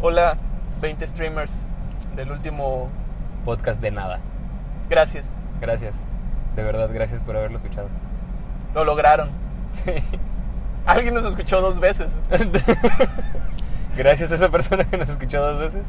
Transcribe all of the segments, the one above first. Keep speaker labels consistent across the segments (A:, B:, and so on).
A: Hola, 20 streamers del último.
B: Podcast de nada.
A: Gracias.
B: Gracias. De verdad, gracias por haberlo escuchado.
A: Lo lograron.
B: Sí.
A: Alguien nos escuchó dos veces.
B: Gracias a esa persona que nos escuchó dos veces.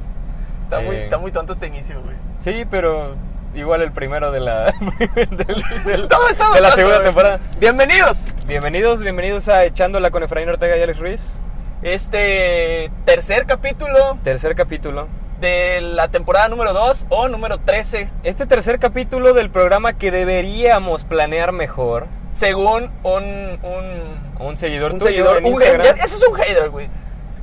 A: Está muy,
B: Eh.
A: está muy tonto este inicio, güey.
B: Sí, pero igual el primero de la, del- del-
A: Todo está
B: de la
A: tonto,
B: segunda
A: güey.
B: temporada.
A: Bienvenidos.
B: Bienvenidos, bienvenidos a Echándola con Efraín Ortega y Alex Ruiz.
A: Este tercer capítulo
B: Tercer capítulo.
A: de la temporada número 2 o número 13,
B: Este tercer capítulo del programa que deberíamos planear mejor.
A: según un. un
B: Un seguidor
A: un
B: tuyo
A: seguidor,
B: en
A: un hater.
B: Instagram.
A: Eso es un hater, güey.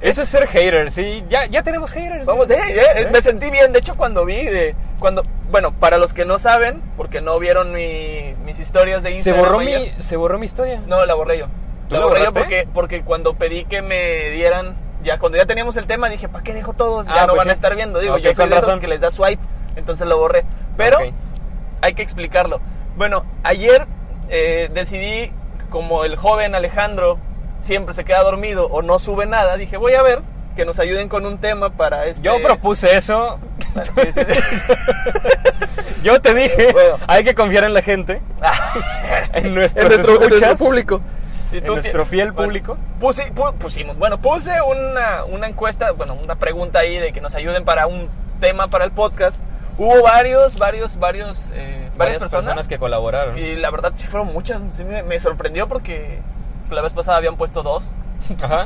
B: Eso es ser hater, sí. Ya, ya tenemos haters.
A: Vamos, eh,
B: güey.
A: eh, eh, me sentí bien. De hecho, cuando vi, de, cuando, bueno, para los que no saben, porque no vieron mi- mis historias de
B: Se
A: Instagram.
B: borró, mi,
A: ayer-
B: se borró mi historia.
A: No, la borré yo.
B: ¿Tú
A: La
B: la
A: borré yo
B: borraste?
A: porque, porque cuando pedí que me dieran, ya cuando ya teníamos el tema, dije, ¿para qué dejo todos? Ya
B: Ah,
A: no
B: pues
A: van a
B: sí.
A: estar viendo. Digo,
B: Ok,
A: yo soy
B: con
A: de esos
B: razón.
A: que les da swipe, entonces lo borré. Pero
B: Ok.
A: hay que explicarlo. Bueno, ayer eh, decidí, como el joven Alejandro siempre se queda dormido o no sube nada, dije, voy a ver que nos ayuden con un tema para este.
B: Yo propuse eso.
A: Sí, sí, sí.
B: Yo te dije,
A: Bueno.
B: hay que confiar en la gente. en nuestros
A: en nuestro, en nuestro
B: escuchas.
A: público. Y
B: En
A: tú
B: nuestro
A: ti-
B: fiel
A: bueno,
B: público.
A: puse- pu- pusimos, bueno, puse una, una encuesta, bueno, una pregunta ahí de que nos ayuden para un tema para el podcast. Hubo varios, varios, varios, eh, varias, personas.
B: que colaboraron.
A: Y la verdad, sí fueron muchas. Sí me, me sorprendió porque la vez pasada habían puesto dos.
B: Ajá.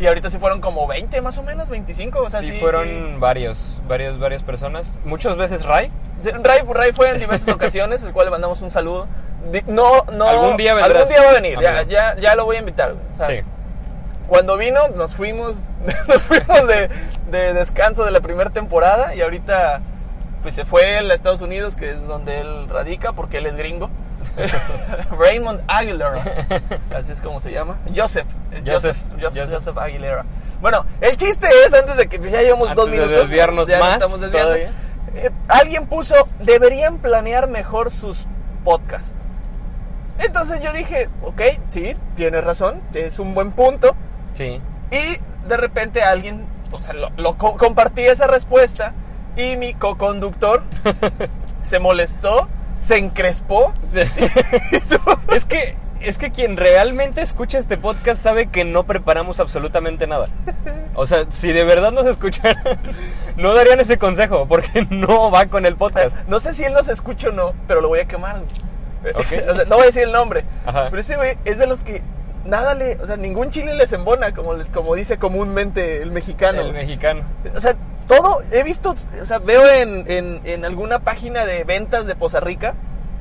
A: Y ahorita sí fueron como 20 más o menos, 25. O sea, sí,
B: sí, fueron varios, varios, varias personas. Muchas veces Ray.
A: sí. Ray, Ray fue en diversas ocasiones, al cual le mandamos un saludo. Di- No, no.
B: Algún día vendrás,
A: algún día va a venir, ya,
B: amigo.
A: ya, ya lo voy a invitar. güey. O sea,
B: Sí.
A: Cuando vino, nos fuimos, nos fuimos de, de descanso de la primera temporada y ahorita pues se fue él a Estados Unidos, que es donde él radica, porque él es gringo. Raymond Aguilera, así es como se llama. Joseph, es Joseph,
B: Joseph,
A: Joseph,
B: Joseph.
A: Joseph Aguilera. Bueno, el chiste es, antes de que pues, ya llevamos
B: Antes
A: dos
B: de
A: minutos,
B: desviarnos
A: ya nos
B: más
A: estamos desviando.
B: todavía.
A: Eh, alguien puso, deberían planear mejor sus podcasts. Entonces yo dije, ok, sí, tienes razón, es un buen punto.
B: Sí.
A: Y de repente alguien, o sea, lo, lo co- compartí esa respuesta y mi co-conductor se molestó, se encrespó.
B: es que es que quien realmente escucha este podcast sabe que no preparamos absolutamente nada. O sea, si de verdad nos escucharan, no darían ese consejo porque no va con el podcast.
A: No sé si él nos escucha o no, pero lo voy a quemar. güey.
B: Ok.
A: O sea, no voy a decir el nombre.
B: Ajá.
A: Pero ese güey es de los que nada le, o sea, ningún chile les embona, como, le- como dice comúnmente el mexicano.
B: El
A: güey.
B: mexicano.
A: O sea, todo, he visto, o sea, veo en, en- en alguna página de ventas de Poza Rica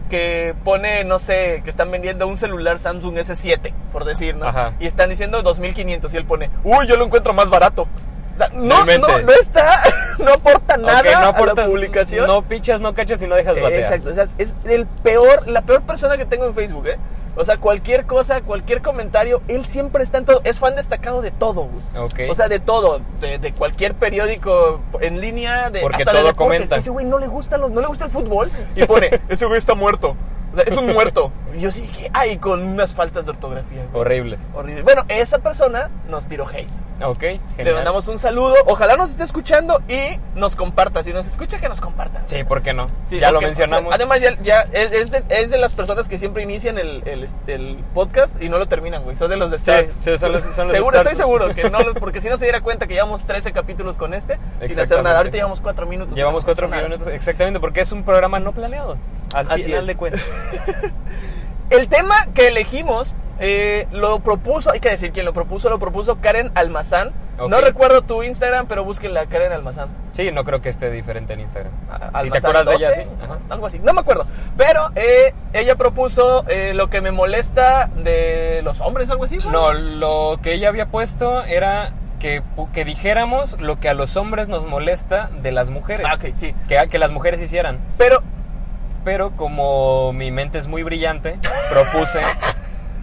A: que pone, no sé, que están vendiendo un celular Samsung S7, por decir, ¿no?
B: Ajá.
A: Y están diciendo 2500 y él pone, uy, yo lo encuentro más barato. O sea, no,
B: Demente.
A: no, no está, no aporta nada
B: Ok, no
A: a la
B: aportas-
A: publicación.
B: No pichas, no cachas y no dejas
A: Eh,
B: batear.
A: Exacto, o sea, es el peor, la peor persona que tengo en Facebook, ¿eh? O sea, cualquier cosa, cualquier comentario, él siempre está en todo, es fan destacado de todo, güey.
B: Ok.
A: O sea, de todo, de, de cualquier periódico en línea, de
B: Porque
A: hasta de
B: todo
A: deportes.
B: comenta.
A: Ese güey no le gusta los, no le gusta el fútbol y pone, ese güey está muerto. O sea, es un muerto. Y Yo sí que, ay, con unas faltas de ortografía, güey.
B: Horribles.
A: Horrible. Bueno, esa persona nos tiró hate.
B: Ok,
A: Le
B: genial.
A: mandamos un saludo. Ojalá nos esté escuchando y nos comparta. Si nos escucha, que nos comparta.
B: Sí, ¿por qué no?
A: Sí,
B: ya lo
A: porque,
B: mencionamos.
A: o sea, además, ya, ya es, es de, es de las personas que siempre inician el, el- este, el podcast y no lo terminan, güey. Son de los de starts.
B: sí, son los- son los de
A: seguro,
B: starts.
A: estoy seguro. Que no, los- porque si no se diera cuenta que llevamos 13 capítulos con este, sin hacer
B: Exactamente.
A: nada. Ahorita llevamos 4 minutos.
B: Llevamos
A: No hemos
B: cuatro
A: hecho nada.
B: minutos, exactamente, porque es un programa no planeado. Al
A: Así
B: final
A: es.
B: de cuentas.
A: El tema que elegimos eh, lo propuso, hay que decir quién lo propuso, lo propuso Karen Almazán.
B: Ok.
A: No recuerdo tu Instagram, pero búsquenla, Karen Almazán.
B: Sí, no creo que esté diferente en Instagram.
A: A-
B: si
A: Almazán
B: te acuerdas de
A: 12,
B: ella, sí. Ajá.
A: Algo así, no me acuerdo. Pero eh, ella propuso eh, lo que me molesta de los hombres, algo así.
B: No, lo que ella había puesto era que, pu- que dijéramos lo que a los hombres nos molesta de las mujeres.
A: Ah, ok, sí.
B: Que, que las mujeres hicieran.
A: Pero
B: Pero como mi mente es muy brillante, propuse,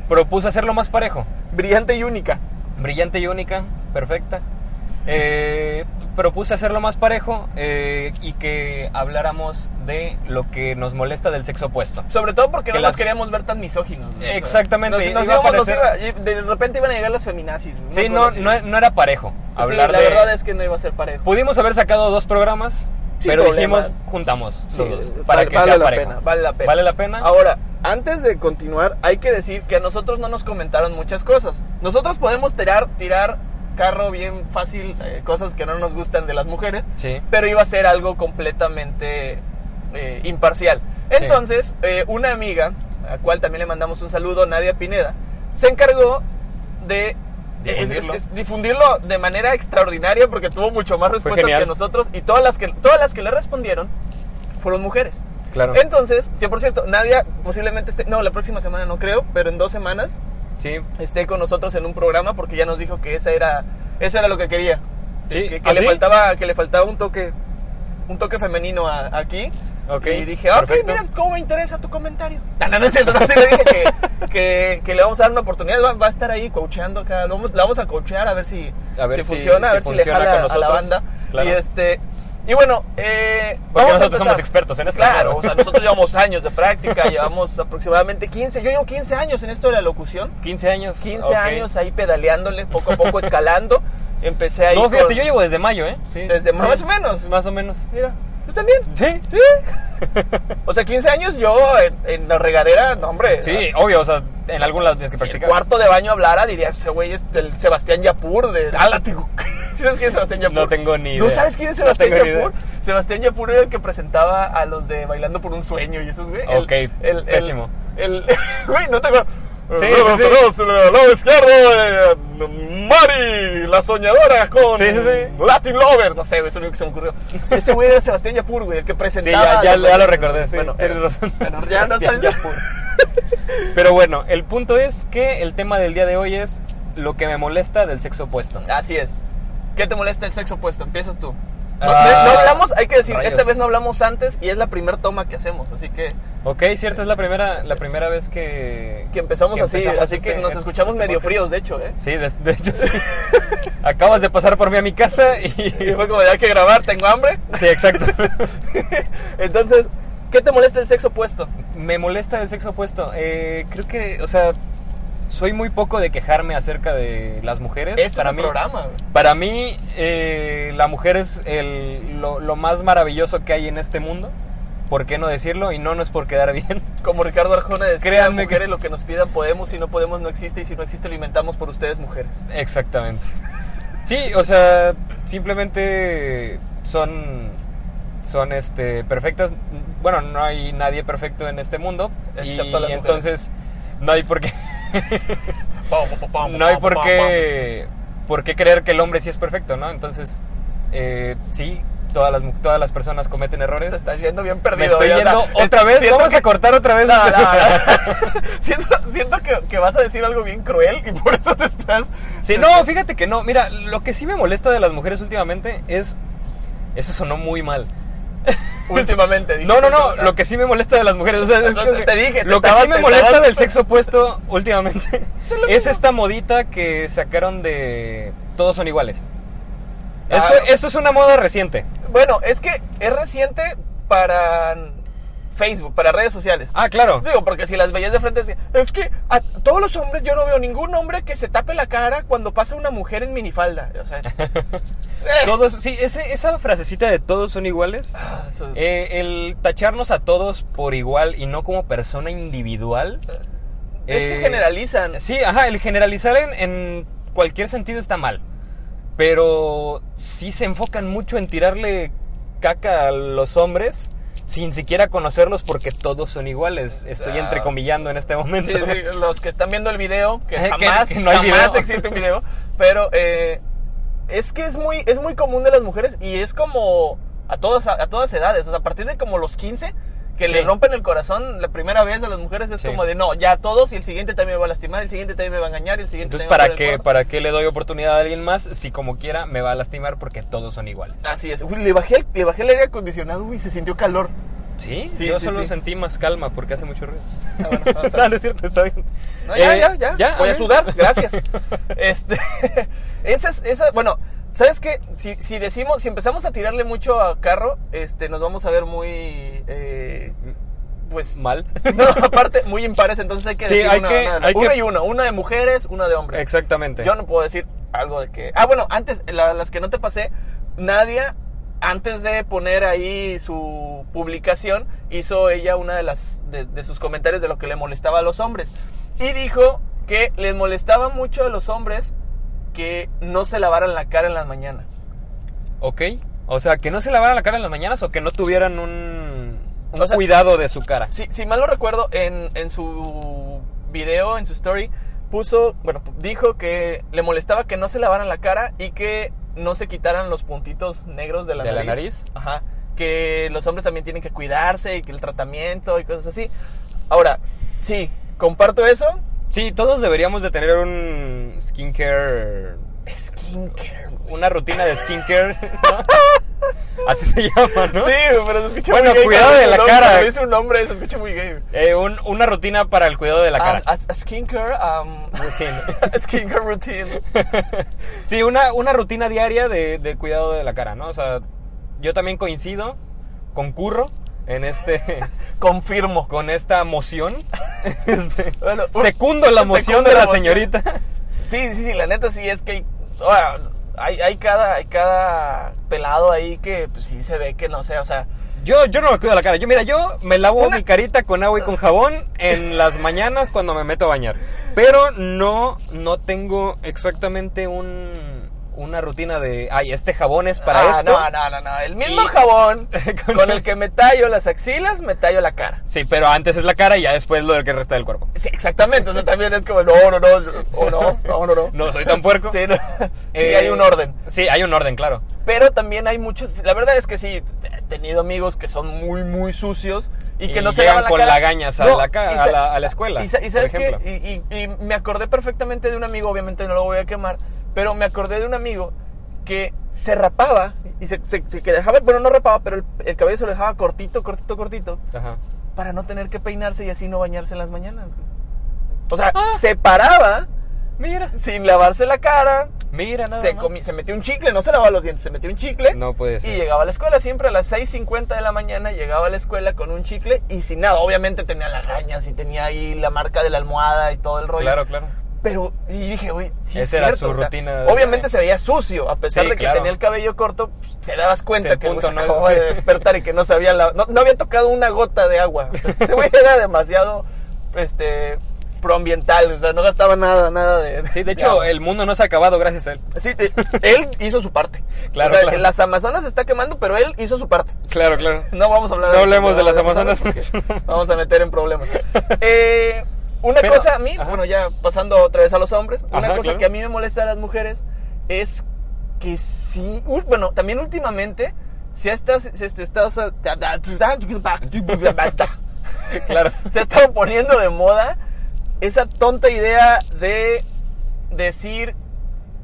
B: propuse hacerlo más parejo.
A: brillante y única.
B: Brillante y única, perfecta. Eh, propuse hacerlo más parejo eh, y que habláramos de lo que nos molesta del sexo opuesto.
A: Sobre todo porque
B: Que
A: no
B: las-
A: nos queríamos ver tan misóginos. ¿no?
B: Exactamente,
A: Nos- nos
B: iba a
A: íbamos- nos
B: parecer-
A: iba- de repente iban a llegar las feminazis. una
B: Sí,
A: cosa
B: no,
A: así.
B: no, no era parejo.
A: Sí,
B: Hablar
A: la
B: de...
A: verdad es que no iba a ser parejo.
B: Pudimos haber sacado dos programas,
A: Sin
B: pero
A: problema.
B: dijimos juntamos
A: Sí, eh,
B: los dos
A: vale-
B: para que
A: vale
B: sea
A: la
B: parejo.
A: pena, vale la pena.
B: Vale la pena.
A: Ahora, antes de continuar, hay que decir que a nosotros no nos comentaron muchas cosas. Nosotros podemos tirar, tirar carro bien fácil, eh, cosas que no nos gustan de las mujeres,
B: Sí.
A: pero iba a ser algo completamente eh, imparcial. Entonces, eh, una amiga, a cual también le mandamos un saludo, Nadia Pineda, se encargó de... es- es-
B: Difundirlo.
A: es- difundirlo de manera extraordinaria porque tuvo mucho más respuestas
B: genial.
A: que nosotros y todas las que todas las que le respondieron fueron mujeres.
B: Claro.
A: Entonces, que por cierto, Nadia posiblemente esté, no, la próxima semana no creo, pero en dos semanas
B: Sí.
A: esté con nosotros en un programa porque ya nos dijo que esa era, esa era lo que quería.
B: Sí.
A: Que, que
B: ¿Ah,
A: le
B: sí?
A: faltaba, que le faltaba un toque, un toque femenino a- aquí.
B: Ok,
A: Y dije, ah, ok,
B: perfecto.
A: mira, cómo me interesa tu comentario. No, no, no es cierto, no, sí le dije que, que- que le vamos a dar una oportunidad, va, va a estar ahí coacheando acá, lo vamos, la vamos a coachear a ver si,
B: A ver
A: si
B: si-
A: funciona, a
B: si
A: ver si le
B: funciona
A: jala
B: con
A: a la
B: nosotros,
A: banda.
B: claro.
A: Y este, y bueno, eh,
B: Porque
A: vamos a
B: nosotros
A: empezar.
B: somos expertos en esto,
A: Claro,
B: claro.
A: o sea, nosotros llevamos años de práctica, llevamos aproximadamente 15, yo llevo 15 años en esto de la locución.
B: 15 años.
A: 15
B: ok.
A: años ahí pedaleándole, poco a poco escalando. Empecé ahí.
B: No, fíjate,
A: con-
B: yo llevo desde mayo, ¿eh? Sí.
A: Desde
B: Sí.
A: más o menos.
B: Más o menos.
A: Mira, yo también.
B: Sí.
A: Sí. o sea, 15 años yo en, en la regadera, no, hombre. Ah,
B: Sí, obvio, o sea, en algún lado tienes que
A: Si el
B: practicar.
A: cuarto de baño hablara, diría, ese güey es del Sebastián Yapur, de Álatico. ¿Sabes quién es Sebastián Yapur?
B: No tengo ni
A: ¿No
B: idea.
A: sabes quién es
B: No
A: Sebastián
B: tengo ni
A: Yapur?
B: idea.
A: Sebastián Yapur era el que presentaba a los de Bailando por un Sueño y esos, güey. El-
B: Ok,
A: el, el-
B: pésimo.
A: el- güey, no te acuerdas.
B: Sí, sí, sí.
A: El lado izquierdo, eh, Mari, la soñadora con
B: Sí, sí, sí.
A: Latin Lover. No sé, güey, eso es lo único que se me ocurrió. Ese güey era Sebastián Yapur, güey, el que
B: Sí,
A: presentaba.
B: ya,
A: a
B: ya,
A: los-
B: ya lo recordé, sí.
A: Bueno,
B: tienes
A: eh,
B: razón.
A: bueno, ya no
B: Sebastián
A: sabes-
B: Yapur. Pero bueno, el punto es que el tema del día de hoy es lo que me molesta del sexo opuesto.
A: Así es. ¿Qué te molesta el sexo opuesto? Empiezas tú. No,
B: Ah,
A: no hablamos, hay que decir,
B: rayos.
A: esta vez no hablamos antes y es la primera toma que hacemos, así que,
B: Ok, cierto, es la primera, la primera vez que...
A: que empezamos
B: que
A: así,
B: empezamos
A: así que
B: este-
A: nos
B: este-
A: escuchamos
B: este
A: medio
B: podcast.
A: fríos, de hecho, ¿eh?
B: Sí, de, de hecho sí. Acabas de pasar por mí a mi casa
A: Y
B: y...
A: fue como, ya hay que grabar, tengo hambre.
B: Sí, exacto.
A: Entonces, ¿qué te molesta el sexo opuesto?
B: Me molesta del sexo opuesto. Eh, creo que, o sea, soy muy poco de quejarme acerca de las mujeres.
A: Este es el
B: mí,
A: programa. güey.
B: Para mí, eh, la mujer es el- lo, lo más maravilloso que hay en este mundo. ¿Por qué no decirlo? Y no, no es por quedar bien.
A: Como Ricardo Arjona decía,
B: Créanme que-
A: mujeres lo que nos pidan podemos, si no podemos no existe y si no existe lo inventamos por ustedes mujeres.
B: Exactamente. Sí, o sea, simplemente son son este perfectas. Bueno, no hay nadie perfecto en este mundo
A: Excepto las
B: y
A: mujeres.
B: entonces no hay por qué
A: Pam, pam, pam, pam,
B: no hay
A: pam,
B: por
A: pam,
B: qué por qué creer que el hombre sí es perfecto, ¿no? Entonces eh, sí, todas las mu- todas las personas cometen
A: pam. Te
B: errores.
A: estás yendo bien perdido.
B: Me estoy
A: güey, o sea,
B: yendo
A: es-
B: otra vez.
A: siento
B: Vamos
A: que-
B: a cortar otra vez.
A: No, no, no. siento siento que, que vas a decir algo bien cruel y por eso te estás.
B: Sí, no, fíjate que no. Mira, lo que sí me molesta de las mujeres últimamente es eso sonó muy mal.
A: Últimamente. dije,
B: No, no, no,
A: ¿verdad?
B: lo que sí me molesta de las mujeres, o sea, es
A: No,
B: como que-
A: te dije, te
B: lo que
A: estabas-
B: sí me
A: te
B: molesta
A: estabas-
B: del sexo opuesto últimamente es esta modita que sacaron de todos son iguales. Esto,
A: Ah.
B: esto es una moda reciente.
A: Bueno, es que es reciente para Facebook, para redes sociales.
B: Ah, claro.
A: Digo, porque si las veías de frente, decía, es que a todos los hombres yo no veo ningún hombre que se tape la cara cuando pasa una mujer en minifalda. O sea, eh,
B: Todos, sí, ese- esa frasecita de todos son iguales.
A: ah, eso-
B: eh, el tacharnos a todos por igual y no como persona individual.
A: es que
B: eh,
A: generalizan.
B: Sí, ajá, el generalizar en, en cualquier sentido está mal. Pero sí se enfocan mucho en tirarle caca a los hombres sin siquiera conocerlos porque todos son iguales. Estoy
A: Ah.
B: entrecomillando en este momento.
A: Sí, sí, los que están viendo el video, que
B: Eh, que-
A: jamás,
B: que no hay
A: jamás
B: video.
A: existe un video, pero eh, es que es muy, es muy común de las mujeres y es como a todas, a todas edades, o sea, a partir de como los 15 que
B: Sí.
A: le rompen el corazón la primera vez a las mujeres es
B: Sí.
A: como de no, ya a todos y el siguiente también me va a lastimar, el siguiente también me va a engañar, y el siguiente
B: Entonces,
A: también me va
B: ¿para
A: a
B: qué,
A: poner el
B: ¿para qué le doy oportunidad a alguien más si como quiera me va a lastimar porque todos son iguales?
A: cuerno. Así es, Uy, le bajé, el- le bajé el aire acondicionado y se sintió calor.
B: ¿Sí?
A: Sí,
B: Yo
A: sí,
B: solo
A: sí.
B: sentí más calma porque hace mucho ruido.
A: Ah, bueno, vamos a-
B: No, no es cierto, está bien.
A: No, ya,
B: Eh,
A: ya, ya, Voy a
B: ok.
A: sudar, gracias. este, esa es, esa, bueno, ¿Sabes qué? Si, si decimos, si empezamos a tirarle mucho a carro, este, nos vamos a ver muy, eh, pues...
B: Mal.
A: No, aparte, muy impares, entonces hay que
B: Sí,
A: decir
B: hay
A: una,
B: que-
A: una, una.
B: hay que-
A: Una y una, una de mujeres, una de hombres.
B: Exactamente.
A: Yo no puedo decir algo de que. Ah, bueno, antes, la- las que no te pasé, Nadia, antes de poner ahí su publicación, hizo ella una de las de, de sus comentarios de lo que le molestaba a los hombres. Y dijo que les molestaba mucho a los hombres que no se lavaran la cara en la mañana.
B: Ok. O sea, que no se lavara la cara en las mañanas o que no tuvieran un, un
A: O sea-
B: cuidado de su cara.
A: Si, si mal no recuerdo, en, en su video, en su story, puso, bueno, dijo que le molestaba que no se lavaran la cara y que no se quitaran los puntitos negros de la,
B: ¿De la
A: nariz.
B: nariz?
A: Ajá. Que los hombres también tienen que cuidarse y que el tratamiento y cosas así. Ahora, sí, comparto eso.
B: Sí, todos deberíamos de tener un skincare,
A: Skincare.
B: una rutina de skincare. ¿no? Así se llama, ¿no?
A: Sí, pero se escucha
B: Bueno,
A: muy gay.
B: cuidado
A: cuando
B: de
A: dice
B: la
A: un hombre,
B: cara.
A: cuando dice un hombre, se escucha muy gay.
B: Eh, un- una rutina para el cuidado de la cara.
A: Um, a, a skincare, um,
B: Routine.
A: skincare routine.
B: Sí, una, una rutina diaria de, de cuidado de la cara, ¿no? O sea, yo también coincido, concurro en este,
A: Confirmo.
B: con esta moción. Este,
A: Bueno, un-
B: secundo la
A: secundo
B: moción de
A: la
B: la
A: moción.
B: señorita.
A: Sí, sí, sí, la neta sí es que hay, ahora, hay, hay cada, hay cada pelado ahí que pues, sí se ve que no sé, o sea,
B: Yo, yo no me cuido la cara. Yo, mira, yo me lavo
A: Una-
B: mi carita con agua y con jabón en las mañanas cuando me meto a bañar. Pero no, no tengo exactamente un, una rutina de, ay, este jabón es para
A: ah,
B: esto.
A: No, no, no, no, el mismo
B: Y-
A: jabón
B: Con-
A: con, el que me tallo las axilas, me tallo la cara.
B: Sí, pero antes es la cara y ya después lo del que resta del cuerpo.
A: Sí, exactamente, o sea, también es como, no, no, no, o no, no, no, no.
B: No soy tan puerco.
A: Sí, no, sí,
B: Eh,
A: hay un orden.
B: Sí, hay un orden, claro.
A: Pero también hay muchos, la verdad es que sí, he tenido amigos que son muy, muy sucios y que
B: Y
A: no se
B: llegan
A: lavan la
B: con
A: cara.
B: lagañas a la ca-
A: y
B: a
A: sa-
B: la- a la escuela,
A: Y, sa- y
B: por
A: sabes qué,
B: ejemplo.
A: y, y- y me acordé perfectamente de un amigo, obviamente no lo voy a quemar, pero me acordé de un amigo que se rapaba y se, se- se- que dejaba, bueno, no rapaba, pero el, el cabello se lo dejaba cortito, cortito, cortito,
B: Ajá.
A: para no tener que peinarse y así no bañarse en las mañanas. güey. O sea,
B: Ah.
A: se paraba
B: Mira,
A: sin lavarse la cara,
B: mira nada
A: se,
B: más.
A: comi- se metió un chicle, no se lavaba los dientes, se metió un chicle.
B: No puede ser.
A: Y llegaba a la escuela siempre a las 6.50 de la mañana, llegaba a la escuela con un chicle y sin nada. Obviamente tenía las rañas y tenía ahí la marca de la almohada y todo el rollo.
B: Claro, claro.
A: Pero, y dije, güey, sí es
B: Esa era
A: cierto,
B: su
A: o sea,
B: rutina.
A: obviamente se veía sucio, a pesar
B: Sí,
A: de que
B: claro.
A: tenía el cabello corto, pues, te dabas
B: Sí,
A: cuenta
B: el
A: que el güey se
B: punto no-
A: acababa de
B: sí.
A: despertar y que no sabía la- no, no había tocado una gota de agua. Ese güey era demasiado, este, proambiental, o sea, no gastaba nada, nada de...
B: Sí, de hecho,
A: agua.
B: el mundo no se ha acabado gracias a él.
A: Sí, te- él hizo su parte.
B: Claro,
A: O sea,
B: claro.
A: Las Amazonas se está quemando, pero él hizo su parte.
B: Claro, claro.
A: No vamos a hablar
B: No hablemos de las Amazonas.
A: porque Vamos a meter en problemas. Eh, una
B: Pero-
A: cosa a mí,
B: ajá.
A: bueno, ya pasando otra vez a los hombres, una
B: Ajá,
A: cosa
B: claro.
A: que a mí me molesta a las mujeres es que sí, ul- bueno, también últimamente se ha estado, se, se está-
B: Claro.
A: se ha estado poniendo de moda esa tonta idea de decir,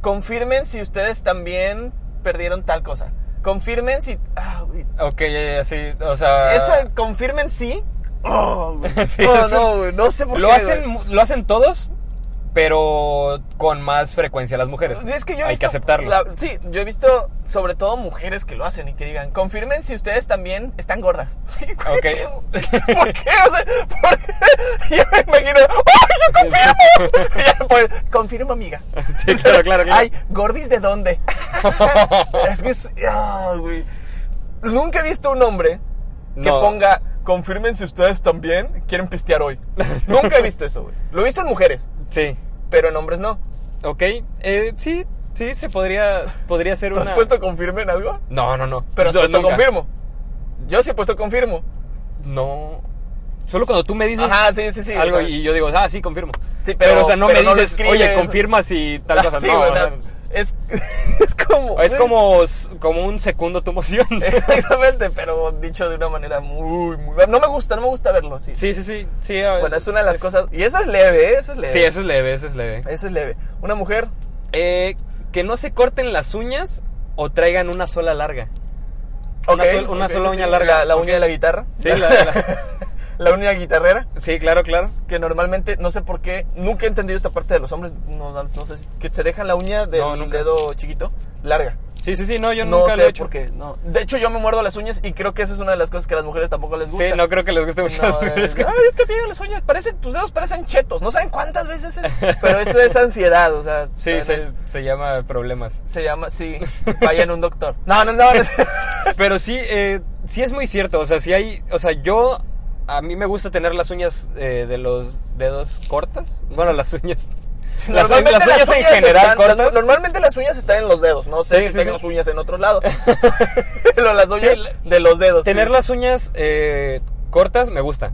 A: confirmen si ustedes también perdieron tal cosa. Confirmen si... ah, güey,
B: Ok, ya, ya, ya, sí. O sea.
A: esa confirmen sí. Ah. Oh, güey.
B: Sí,
A: Oh,
B: eso-
A: no, güey, no sé por
B: lo
A: qué.
B: hacen,
A: güey.
B: mu- lo hacen todos, pero con más frecuencia las mujeres.
A: Es que yo he
B: Hay
A: visto
B: que aceptarlo.
A: la- sí, yo he visto sobre todo mujeres que lo hacen y que digan, confirmen si ustedes también están gordas.
B: Ok.
A: ¿Por qué? O sea, ¿por qué? Yo me imagino, ¡ay, yo confirmo! Y ya, pues, confirmo, amiga.
B: Sí, claro, claro, claro.
A: Ay, gordis de dónde. es que es- ah, güey. Nunca he visto un hombre que
B: No.
A: ponga, confirmen si ustedes también quieren pistear hoy. Nunca he visto eso, güey. Lo he visto en mujeres,
B: Sí.
A: pero en hombres no.
B: Ok. Eh, sí, sí, se podría, podría ser
A: ¿Tú has
B: una.
A: puesto confirmen algo?
B: No, no, no.
A: Pero has
B: Yo
A: puesto
B: nunca.
A: confirmo. Yo sí he puesto confirmo.
B: No. Solo cuando tú me dices
A: Ajá, sí, sí, sí.
B: algo
A: o sea,
B: y yo digo, ah, sí, confirmo.
A: Sí,
B: pero,
A: pero-
B: o sea, no
A: pero
B: me
A: no lo
B: dices, oye,
A: escribes".
B: confirma si tal cosa.
A: sí,
B: no,
A: güey,
B: o
A: o sea,
B: sea,
A: es, es como...
B: es como, s- como un segundo tu moción.
A: Exactamente, pero dicho de una manera muy, muy... No me gusta, no me gusta verlo así.
B: sí, sí, sí. sí a-
A: Bueno, es una de las cosas. Y eso es leve, ¿eh? eso es leve.
B: Sí, eso es leve, eso es leve.
A: Eso es leve. Una mujer.
B: Eh, que no se corten las uñas o traigan una sola larga. Una
A: ok,
B: sol- una
A: ok,
B: sola
A: sí,
B: uña larga,
A: La, la
B: ok.
A: uña de la guitarra.
B: Sí, la- la-
A: la uña guitarrera.
B: Sí, claro, claro.
A: Que normalmente, no sé por qué, nunca he entendido esta parte de los hombres. No, no sé, si- que se dejan la uña del
B: No, nunca.
A: dedo chiquito. larga.
B: Sí, sí, sí, no, yo
A: No
B: nunca lo he
A: sé
B: hecho.
A: por qué. No. De hecho, yo me muerdo las uñas y creo que esa es una de las cosas que a las mujeres tampoco les gusta.
B: Sí, no creo que les guste mucho a las
A: No,
B: mujeres
A: es
B: que-
A: que, "Ay, es que tienen las uñas, parecen, tus dedos parecen chetos, no saben cuántas veces es, pero eso es ansiedad, o sea,
B: Sí,
A: o sea,
B: se,
A: es-
B: se llama problemas.
A: se llama, sí, vayan a un doctor. No, no, no, no es-
B: Pero sí, eh, sí es muy cierto. O sea, si hay. O sea, yo. A mí me gusta tener las uñas eh, de los dedos cortas. Bueno, las uñas. Las,
A: Normalmente
B: las uñas en general
A: están-
B: cortas.
A: no- normalmente las uñas están en los dedos, no sé
B: Sí,
A: si
B: sí,
A: tengan
B: sí.
A: uñas en otro lado. Pero las uñas
B: Sí, la-
A: de los dedos.
B: Tener
A: sí.
B: las uñas eh, cortas me gusta.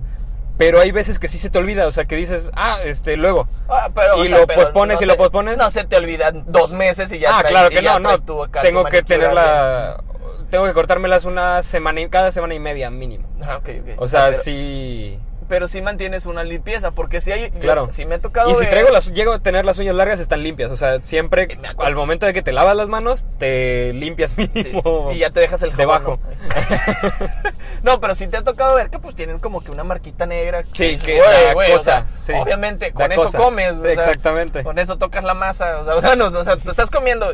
B: Pero hay veces que sí se te olvida. O sea, que dices, ah, este, luego.
A: Ah, pero,
B: y
A: o sea,
B: lo
A: pero
B: pospones
A: no
B: y lo
A: se-
B: pospones.
A: No se te olvidan dos meses y ya
B: ah,
A: trae-
B: claro
A: y
B: que
A: ya
B: no, no.
A: traes tú acá tu
B: Tengo que
A: manicura
B: tenerla. Tengo que cortármelas una semana y cada semana y media mínimo.
A: bien. Ah, ok, ok.
B: O sea,
A: Ah, pero-
B: sí.
A: Pero sí mantienes una limpieza, porque si hay.
B: Claro.
A: Si me ha tocado.
B: Y si
A: ver-
B: traigo las, llego a tener las uñas largas, están limpias. O sea, siempre
A: Me acuerdo.
B: al momento de que te lavas las manos, te limpias
A: Sí,
B: mínimo.
A: y ya te dejas el jabón,
B: Debajo.
A: ¿no? No, pero sí te ha tocado ver que pues tienen como que una marquita negra.
B: Sí,
A: dices,
B: que
A: "Güey,
B: da
A: güey", o sea,
B: cosa, sí.
A: Obviamente,
B: Da
A: con eso
B: cosa.
A: comes. o sea,
B: Exactamente.
A: con eso tocas la masa. O sea, o sea, no, o sea, te estás comiendo.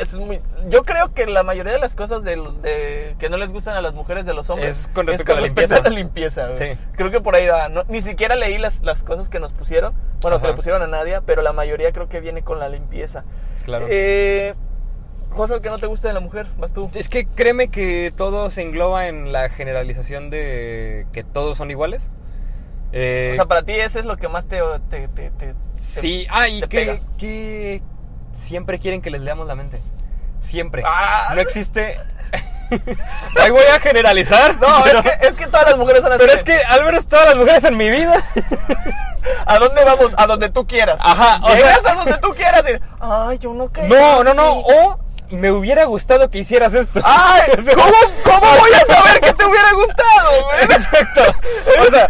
A: Es muy, yo creo que la mayoría de las cosas del- de- que no les gustan a las mujeres de los hombres
B: Es con respecto a la limpieza.
A: limpieza, güey.
B: Sí.
A: Creo que por ahí va. no- ni siquiera leí las, las cosas que nos pusieron. Bueno, que
B: Ajá.
A: le pusieron a Nadia, pero la mayoría creo que viene con la limpieza.
B: Claro.
A: Eh, cosas que no te gusta de la mujer, vas tú.
B: Es que créeme que todo se engloba en la generalización de que todos son iguales. Eh,
A: O sea, para ti ese es lo que más te... te, te, te-
B: sí, ah, y
A: te
B: que,
A: pega.
B: que siempre quieren que les leamos la mente. Siempre.
A: Ah.
B: No existe. Ahí voy a generalizar.
A: No,
B: pero,
A: es, que, es que todas las mujeres son así.
B: pero
A: de,
B: es que al menos todas las mujeres en mi vida.
A: ¿A dónde vamos? A donde tú quieras.
B: Ajá, o
A: Llegas
B: sea-
A: a donde tú quieras y... Ay, yo no caí.
B: No, no, no.
A: aquí".
B: O me hubiera gustado que hicieras esto.
A: Ay,
B: O sea,
A: Ah, ¿cómo, ¿cómo voy a saber que te hubiera gustado, güey?
B: Exacto. O sea,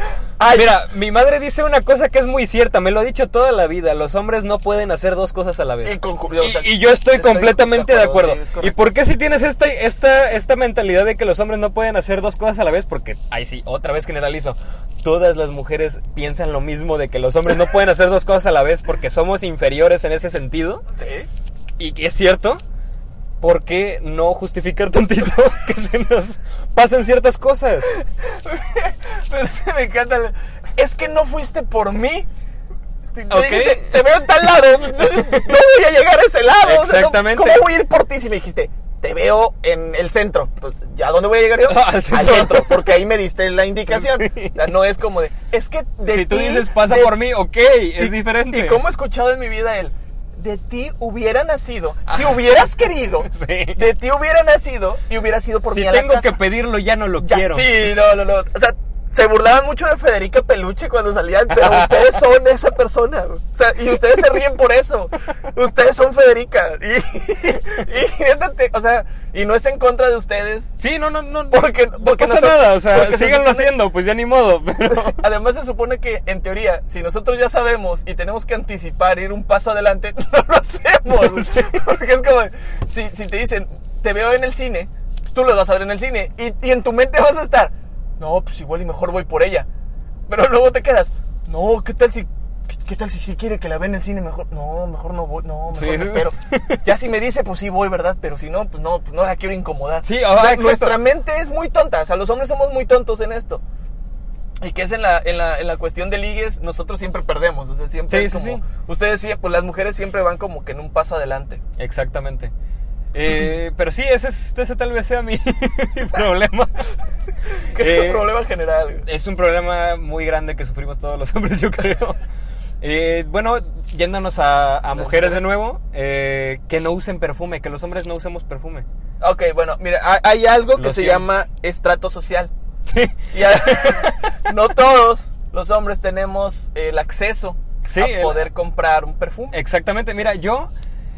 B: mira, mi madre dice una cosa que es muy cierta. Me lo ha dicho toda la vida. Los hombres no pueden hacer dos cosas a la vez.
A: Y con- o sea,
B: Y, y yo estoy, completamente de acuerdo.
A: sí, es
B: ¿Y
A: correcto.
B: por qué si tienes esta, esta, esta mentalidad de que los hombres no pueden hacer dos cosas a la vez? Porque, ahí sí, otra vez generalizo. Todas las mujeres piensan lo mismo de que los hombres no pueden hacer dos cosas a la vez porque somos inferiores en ese sentido.
A: Sí.
B: Y que es cierto, ¿por qué no justificar tantito que se nos pasen ciertas cosas?
A: Pero sí me encanta. la- Es que no fuiste por mí. Te, te-
B: Ok.
A: te- te veo en tal lado. No voy a llegar a ese lado. o sea, no-
B: Exactamente.
A: ¿Cómo voy a ir por ti si me dijiste, te veo en el centro? Pues, ¿ya dónde voy a llegar yo?
B: Ah, al centro.
A: porque ahí me diste la indicación.
B: Sí.
A: O sea, no es como de. Es que de
B: si tú
A: ti-
B: dices pasa
A: de-
B: por mí, ok, es
A: y-
B: diferente.
A: ¿Y cómo he escuchado en mi vida el de ti hubiera nacido, si hubieras querido,
B: Ah. Sí.
A: de ti hubiera nacido y hubiera sido por
B: si
A: mí a la
B: tengo que
A: casa"?
B: pedirlo, ya no lo
A: Ya,
B: quiero.
A: Sí, no, no, no. O sea, se burlaban mucho de Federica Peluche cuando salían, pero ustedes son esa persona. güey. O sea, y ustedes se ríen por eso. Ustedes son Federica. Y, y neta, o sea, y no es en contra de ustedes.
B: Sí, no, no, no.
A: Porque-
B: no
A: porque
B: pasa
A: no se-
B: nada, o sea,
A: porque se
B: síganlo
A: supone-
B: haciendo, pues ya ni modo. pero-
A: Además se supone que en teoría, si nosotros ya sabemos y tenemos que anticipar, ir un paso adelante, no lo hacemos. Porque es como, si, si te dicen, te veo en el cine, pues tú lo vas a ver en el cine y, y en tu mente vas a estar, no, pues igual y mejor voy por ella. Pero luego te quedas, no, ¿qué tal si... ¿Qué, qué tal si sí quiere que la vea en el cine? Mejor, no, mejor no voy, no, mejor
B: Sí.
A: me espero. Ya si me dice, pues sí voy, ¿verdad? Pero si no, pues no, pues no la quiero incomodar.
B: Sí,
A: O
B: ajá,
A: sea,
B: exacto.
A: nuestra mente es muy tonta, o sea, los hombres somos muy tontos en esto. Y que es en la, en la, en la cuestión de ligues, nosotros siempre perdemos. O sea, siempre
B: Sí,
A: es
B: sí,
A: como.
B: sí.
A: Ustedes siempre, pues las mujeres siempre van como que en un paso adelante.
B: Exactamente. Eh, pero sí, ese, es- ese tal vez sea mi, mi problema.
A: Que es
B: Eh,
A: un problema general. güey.
B: Es un problema muy grande que sufrimos todos los hombres, yo creo. Eh, bueno, yéndonos a, a mujeres de
A: mujeres.
B: nuevo, eh, que no usen perfume, que los hombres no usemos perfume.
A: Ok, bueno, mira, ha- hay algo que
B: Lo
A: se
B: siento.
A: llama estrato social.
B: Sí.
A: Y a- no todos los hombres tenemos el acceso
B: Sí,
A: a
B: el- Eh.
A: poder comprar un perfume.
B: Exactamente, mira, yo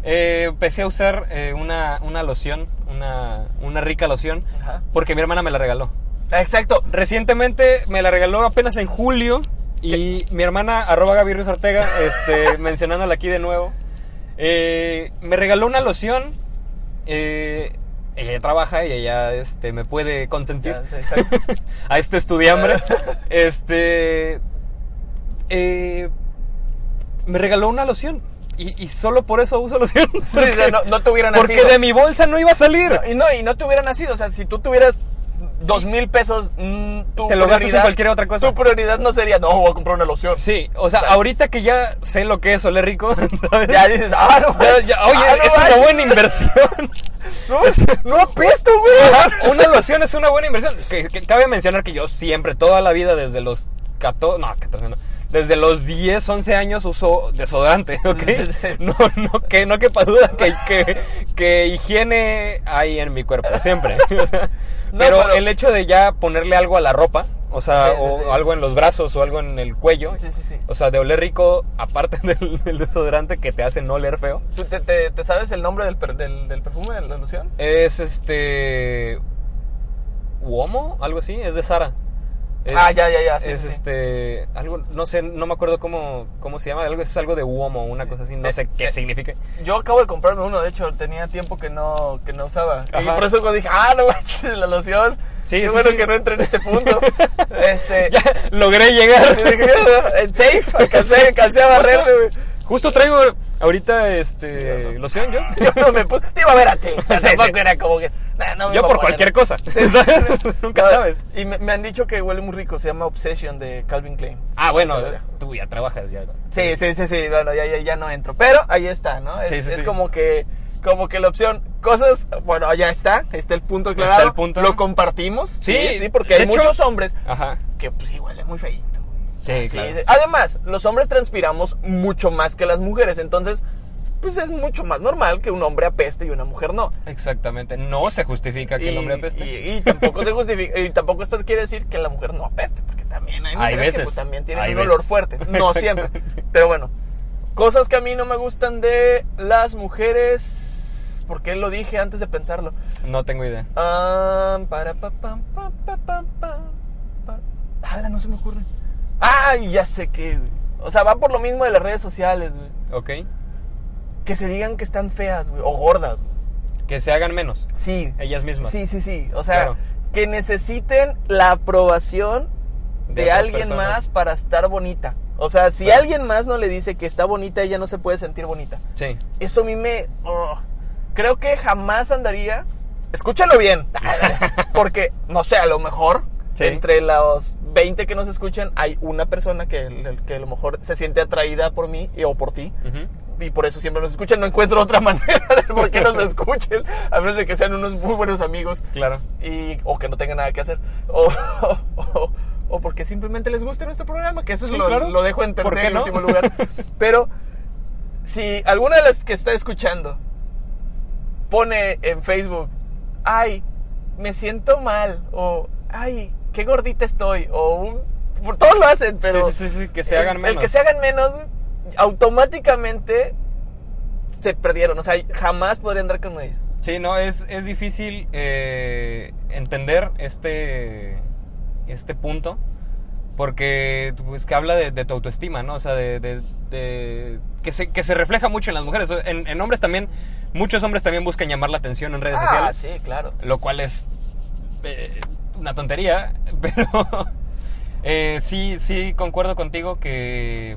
B: eh, empecé a usar eh, una, una loción, una, una rica loción,
A: Ajá.
B: porque mi hermana me la regaló.
A: Exacto.
B: Recientemente me la regaló apenas en julio y mi hermana, arroba Gaby Ruiz Ortega, este, mencionándola aquí de nuevo, eh, me regaló una loción. eh, ella ya trabaja y ella este, me puede consentir
A: Ya, sí, exacto.
B: a este estudiambre. este, eh, me regaló una loción Y, y solo por eso uso loción.
A: Sí, o sea, no, no te hubieran
B: Porque
A: nacido.
B: de mi bolsa no iba a salir.
A: No, y no, y no te hubieran nacido. O sea, si tú tuvieras dos mil pesos, mm, tu
B: Te lo gastas en
A: prioridad-
B: cualquier otra cosa.
A: Tu prioridad no sería, no, voy a comprar una loción.
B: Sí, o sea,
A: O sea,
B: ahorita que ya sé lo que es oler rico, ¿sabes?
A: Ya dices, ah, no,
B: Ya- ya- oye,
A: ah, no
B: es una
A: manches".
B: buena inversión.
A: No, no apesto, güey.
B: Ajá, una loción es una buena inversión. Que, que cabe mencionar que yo siempre, toda la vida, desde los 14, no, 14 no, desde los 10, 11 años uso desodorante, ¿ok? No, no, que, no quepa duda que, que, que higiene hay en mi cuerpo, siempre. O sea,
A: No,
B: pero,
A: pero-
B: el hecho de ya ponerle algo a la ropa, o sea,
A: Sí, sí,
B: o
A: sí.
B: algo en los brazos o algo en el cuello,
A: Sí, sí, sí.
B: o sea, de oler rico, aparte del, del desodorante que te hace no oler feo,
A: ¿Tú te, te- te sabes el nombre del, per- del, del perfume de la loción?
B: es este. Uomo, algo así, es de Sara. Es-
A: Ah, ya, ya, ya, sí,
B: es
A: sí, sí.
B: este. Algo, no sé, no me acuerdo cómo, cómo se llama. Algo, es algo de Uomo, una cosa así, no
A: Eh,
B: sé qué significa.
A: Yo acabo de comprarme uno, de hecho, tenía tiempo que no, que no usaba. Y
B: Ajá.
A: por eso cuando dije, ah, no manches, la loción.
B: Sí,
A: Qué
B: sí,
A: bueno
B: sí.
A: que no entré en este punto. este.
B: Ya, logré llegar.
A: y dije, "Ah, safe, alcancé, alcancé a barrerme, güey.
B: Justo traigo ahorita este. loción yo.
A: Yo no me puse. Te iba a ver a ti. O sea,
B: Sí, sí.
A: tampoco era como que. nah, no me
B: Yo
A: iba a
B: por
A: poner.
B: cualquier cosa.
A: Sí, sí,
B: ¿sabes?
A: sí.
B: Nunca
A: No,
B: sabes.
A: Y me, me han dicho que huele muy rico, se llama Obsession de Calvin Klein.
B: Ah, bueno,
A: Se lo dejo.
B: tú ya trabajas ya.
A: Sí, sí, sí, sí, bueno, ya, ya, ya no entro. Pero ahí está, ¿no? Es,
B: Sí, sí,
A: es
B: sí.
A: como que como que la opción, cosas, bueno, ya está, está el punto claro.
B: Está el punto.
A: Lo compartimos. Sí,
B: Sí,
A: sí, porque
B: de
A: hay
B: hecho-
A: muchos hombres
B: Ajá.
A: que pues sí huele muy feíto. güey.
B: Sí,
A: Sí,
B: claro.
A: sí. Además, los hombres transpiramos mucho más que las mujeres, entonces pues es mucho más normal que un hombre apeste y una mujer no.
B: Exactamente. No se justifica que el hombre apeste.
A: Y, y tampoco se justifica. Y tampoco esto quiere decir que la mujer no apeste, porque también hay mujeres
B: Hay
A: que
B: veces,
A: pues, también tienen
B: hay
A: un olor
B: veces.
A: fuerte. No siempre. Pero bueno, cosas que a mí no me gustan de las mujeres. Porque lo dije antes de pensarlo.
B: No tengo idea.
A: Ah, para pa pam pam pa pam pam, pa. Ala, no se me ocurre. Ay, ya sé qué, güey. O sea, va por lo mismo de las redes sociales, güey.
B: Ok.
A: Que se digan que están feas, güey, o gordas. güey.
B: Que se hagan menos.
A: Sí.
B: Ellas mismas.
A: Sí, sí, sí. O sea,
B: Claro.
A: que necesiten la aprobación de,
B: otras
A: alguien
B: personas.
A: más para estar bonita. O sea, si alguien más no le dice que está bonita, ella no se puede sentir bonita.
B: Sí.
A: Eso a mí me... oh. creo que jamás andaría... Escúchalo bien. Porque, no sé, a lo mejor...
B: Sí.
A: Entre los 20 que nos escuchan, hay una persona que, que a lo mejor se siente atraída por mí y- o por ti
B: Ujú.
A: y por eso siempre nos escuchan. No encuentro otra manera de por qué nos escuchen, a menos de que sean unos muy buenos amigos
B: Claro.
A: y, o que no tengan nada que hacer, o, o- o porque simplemente les guste nuestro programa, que eso es
B: Sí,
A: lo,
B: claro.
A: lo dejo en
B: ¿Por
A: tercer
B: qué
A: y
B: no?
A: último lugar. Pero si alguna de las que está escuchando pone en Facebook, ay, me siento mal, o ay, qué gordita estoy, o un- por todos lo hacen, pero
B: Sí, sí, sí, sí, que se
A: el-
B: hagan menos.
A: El que se hagan menos, automáticamente se perdieron. O sea, jamás podría andar con ellos.
B: Sí, no, es, es difícil eh, entender este, este punto porque pues, que habla de, de tu autoestima, ¿no? O sea, de, de- de- que, se, que se refleja mucho en las mujeres. En, en hombres también, muchos hombres también buscan llamar la atención en redes
A: Ah,
B: sociales,
A: sí, claro.
B: lo cual es eh, una tontería, pero eh, sí, sí concuerdo contigo que,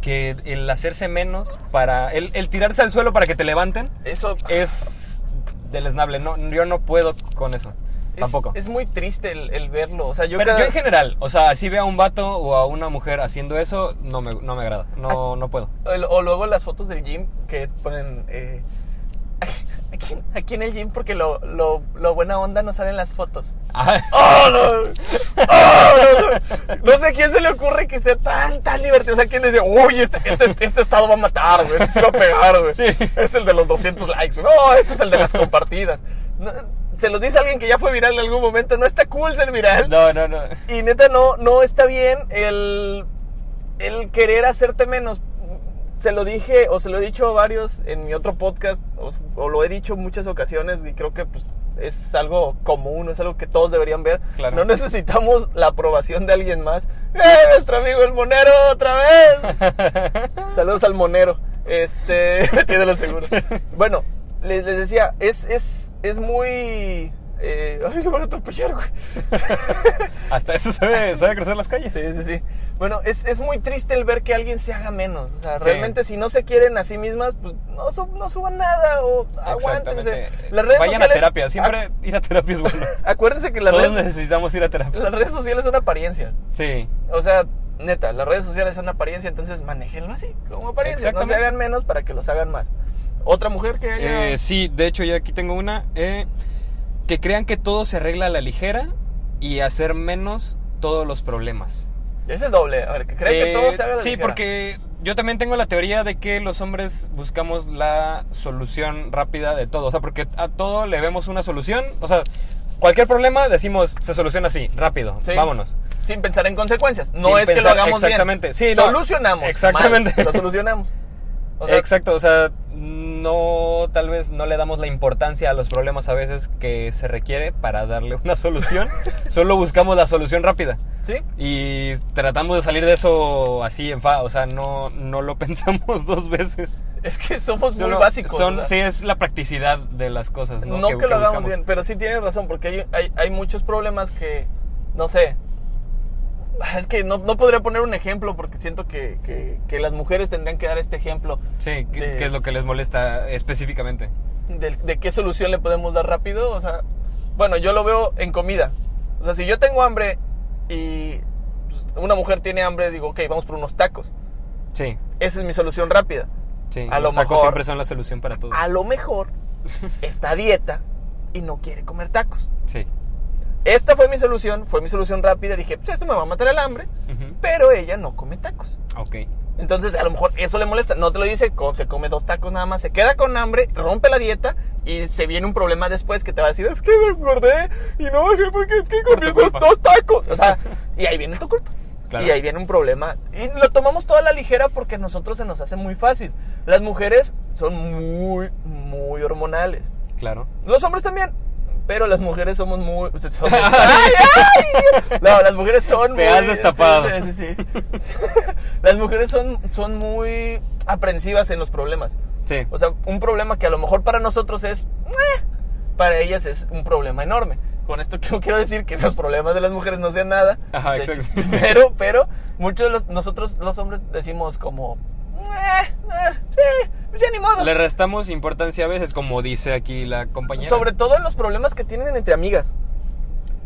B: que el hacerse menos para, el- el tirarse al suelo para que te levanten
A: Eso
B: Eh, es deleznable. No, yo no puedo con eso.
A: es-
B: Tampoco.
A: Es muy triste el, el verlo. O sea, yo,
B: Pero
A: cada-
B: yo en general, o sea, si veo a un vato o a una mujer haciendo eso, no me, no me agrada.
A: Ah.
B: No, no puedo.
A: o, o luego las fotos del gym que ponen. eh, aquí, aquí en el gym, porque lo, lo, lo buena onda no salen las fotos.
B: Ah,
A: ¡Oh, no! ¡Oh, no! No sé a quién se le ocurre que sea tan, tan divertido. O sea, quién dice, uy, este, este, este estado va a matar, güey. Este se va a pegar, güey.
B: Sí.
A: Es el de los 200 likes, güey. No, este es el de las compartidas. No, se los dice alguien que ya fue viral en algún momento. No está cool ser viral.
B: no, no, no.
A: Y neta, no, no está bien el, el querer hacerte menos. Se lo dije o se lo he dicho a varios en mi otro podcast, o, o lo he dicho muchas ocasiones, y creo que pues, es algo común, es algo que todos deberían ver.
B: Claro.
A: No necesitamos la aprobación de alguien más. ¡Eh, nuestro amigo el monero otra vez! Saludos al monero. Este, tiene lo seguro. Bueno, les, les decía, es, es, es muy Eh, ay, lo van a atropellar, güey.
B: Hasta eso sabe, sabe crecer las calles.
A: Sí, sí, sí. Bueno, es, es muy triste el ver que alguien se haga menos. O sea,
B: Sí.
A: realmente si no se quieren a sí mismas, pues no, sub- no suban nada o aguántense.
B: Exactamente.
A: Las redes
B: Vayan
A: sociales,
B: a terapia. Siempre ir a terapia es bueno.
A: ac- acuérdense que las
B: Ah. Todos
A: redes,
B: necesitamos ir a terapia.
A: las redes sociales son apariencia.
B: Sí.
A: O sea, neta, las redes sociales son apariencia, entonces manéjenlo así, como apariencia. No se
B: Exactamente.
A: hagan menos para que los hagan más. Otra mujer que haya...
B: Eh, sí, de hecho ya aquí tengo una. eh, que crean que todo se arregla a la ligera y hacer menos todos los problemas.
A: Ese es doble. A ver, que creen que
B: Eh,
A: todo se haga de
B: Sí,
A: ligera.
B: porque yo también tengo la teoría de que los hombres buscamos la solución rápida de todo. O sea, porque a todo le vemos una solución. O sea, cualquier problema decimos se soluciona así, rápido,
A: Sí.
B: vámonos.
A: Sin pensar en consecuencias. No
B: Sin
A: es que lo
B: pensar-
A: hagamos
B: exactamente.
A: bien.
B: Sí, no.
A: Solucionamos.
B: Exactamente.
A: mal, lo solucionamos. O sea,
B: Exacto, o sea, no, tal vez no le damos la importancia a los problemas a veces que se requiere para darle una solución. Solo buscamos la solución rápida.
A: Sí.
B: Y tratamos de salir de eso así en fa, o sea, no, no lo pensamos dos veces.
A: Es que somos muy
B: Solo
A: básicos.
B: son-
A: o sea,
B: sí, es la practicidad de las cosas, ¿no?
A: no que, lo hagamos
B: buscamos.
A: bien, pero sí tienes razón, porque hay, hay, hay muchos problemas que, no sé, es que no, no podría poner un ejemplo porque siento que, que, que las mujeres tendrían que dar este ejemplo
B: Sí, ¿qué,
A: de-
B: qué es lo que les molesta específicamente?
A: del- de, qué solución le podemos dar rápido. O sea, bueno, yo lo veo en comida. O sea, si yo tengo hambre y pues, una mujer tiene hambre, digo, ok, vamos por unos tacos.
B: Sí,
A: Esa es mi solución rápida.
B: sí.
A: A
B: los
A: lo mejor-
B: tacos
A: Ah.
B: siempre son la solución para todo.
A: A lo mejor está a dieta y no quiere comer tacos.
B: Sí.
A: Esta fue mi solución, fue mi solución rápida. Dije, pues esto me va a matar el hambre,
B: Ujú.
A: pero ella no come tacos.
B: Ok.
A: Entonces, a lo mejor eso le molesta. No te lo dice, co- se come dos tacos nada más, se queda con hambre, rompe la dieta y se viene un problema después que te va a decir, es que me engordé y no bajé porque es que
B: Por tu
A: comí esos
B: culpa.
A: dos tacos. O sea, y ahí viene tu culpa.
B: Claro.
A: Y ahí viene un problema. Y lo tomamos toda la ligera porque a nosotros se nos hace muy fácil. Las mujeres son muy, muy hormonales.
B: Claro.
A: Los hombres también. Pero las mujeres somos muy. o sea, somos- ¡Ay, ay! No, las mujeres son
B: Te
A: muy-
B: has destapado.
A: Sí, sí, sí, sí. Las mujeres son, son muy aprensivas en los problemas.
B: Sí.
A: O sea, un problema que a lo mejor para nosotros es. "Meh", Para ellas es un problema enorme. Con esto que- quiero decir que los problemas de las mujeres no sean nada.
B: Ajá,
A: De-
B: exacto.
A: Pero, pero, muchos de los, nosotros los hombres decimos como. "Meh, eh, sí, pues ya ni modo.
B: Le restamos importancia a veces, como dice aquí la compañera.
A: Sobre todo en los problemas que tienen entre amigas.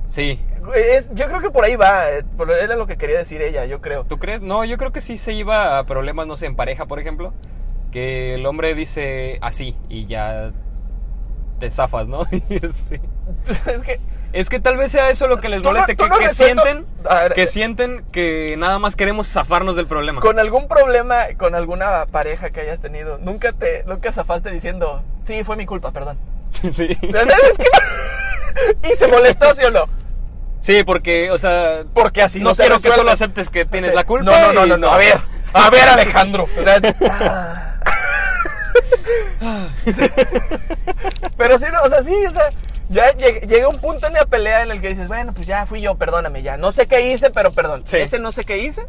B: Sí.
A: Es- yo creo que por ahí va, eh, por- era lo que quería decir ella, yo creo.
B: ¿Tú crees? No, yo creo que sí se iba a problemas, no sé, en pareja, por ejemplo. Que el hombre dice así y ya te zafas, ¿no? Y este-
A: es que
B: Es que tal vez sea eso lo que les
A: Tú no-
B: moleste,
A: tú
B: que,
A: no
B: que
A: resuelto-
B: sienten,
A: A ver,
B: que
A: eh,
B: sienten que nada más queremos zafarnos del problema.
A: con algún problema, con alguna pareja que hayas tenido, nunca te nunca zafaste diciendo, sí, fue mi culpa, perdón.
B: Sí.
A: Es que- y se molestó, ¿sí o no?
B: Sí, porque, o sea,
A: Porque así no,
B: no
A: se
B: quiero que
A: resuelve.
B: solo aceptes que tienes
A: Sí.
B: la culpa.
A: No, no, no,
B: y
A: no, no, a ver, a ver, Alejandro. Ah. Pero sí, no, o sea, sí, o sea, ya lleg- llega un punto en la pelea en el que dices, bueno, pues ya fui yo, perdóname, ya. No sé qué hice, pero perdón.
B: Sí.
A: Ese no sé qué hice.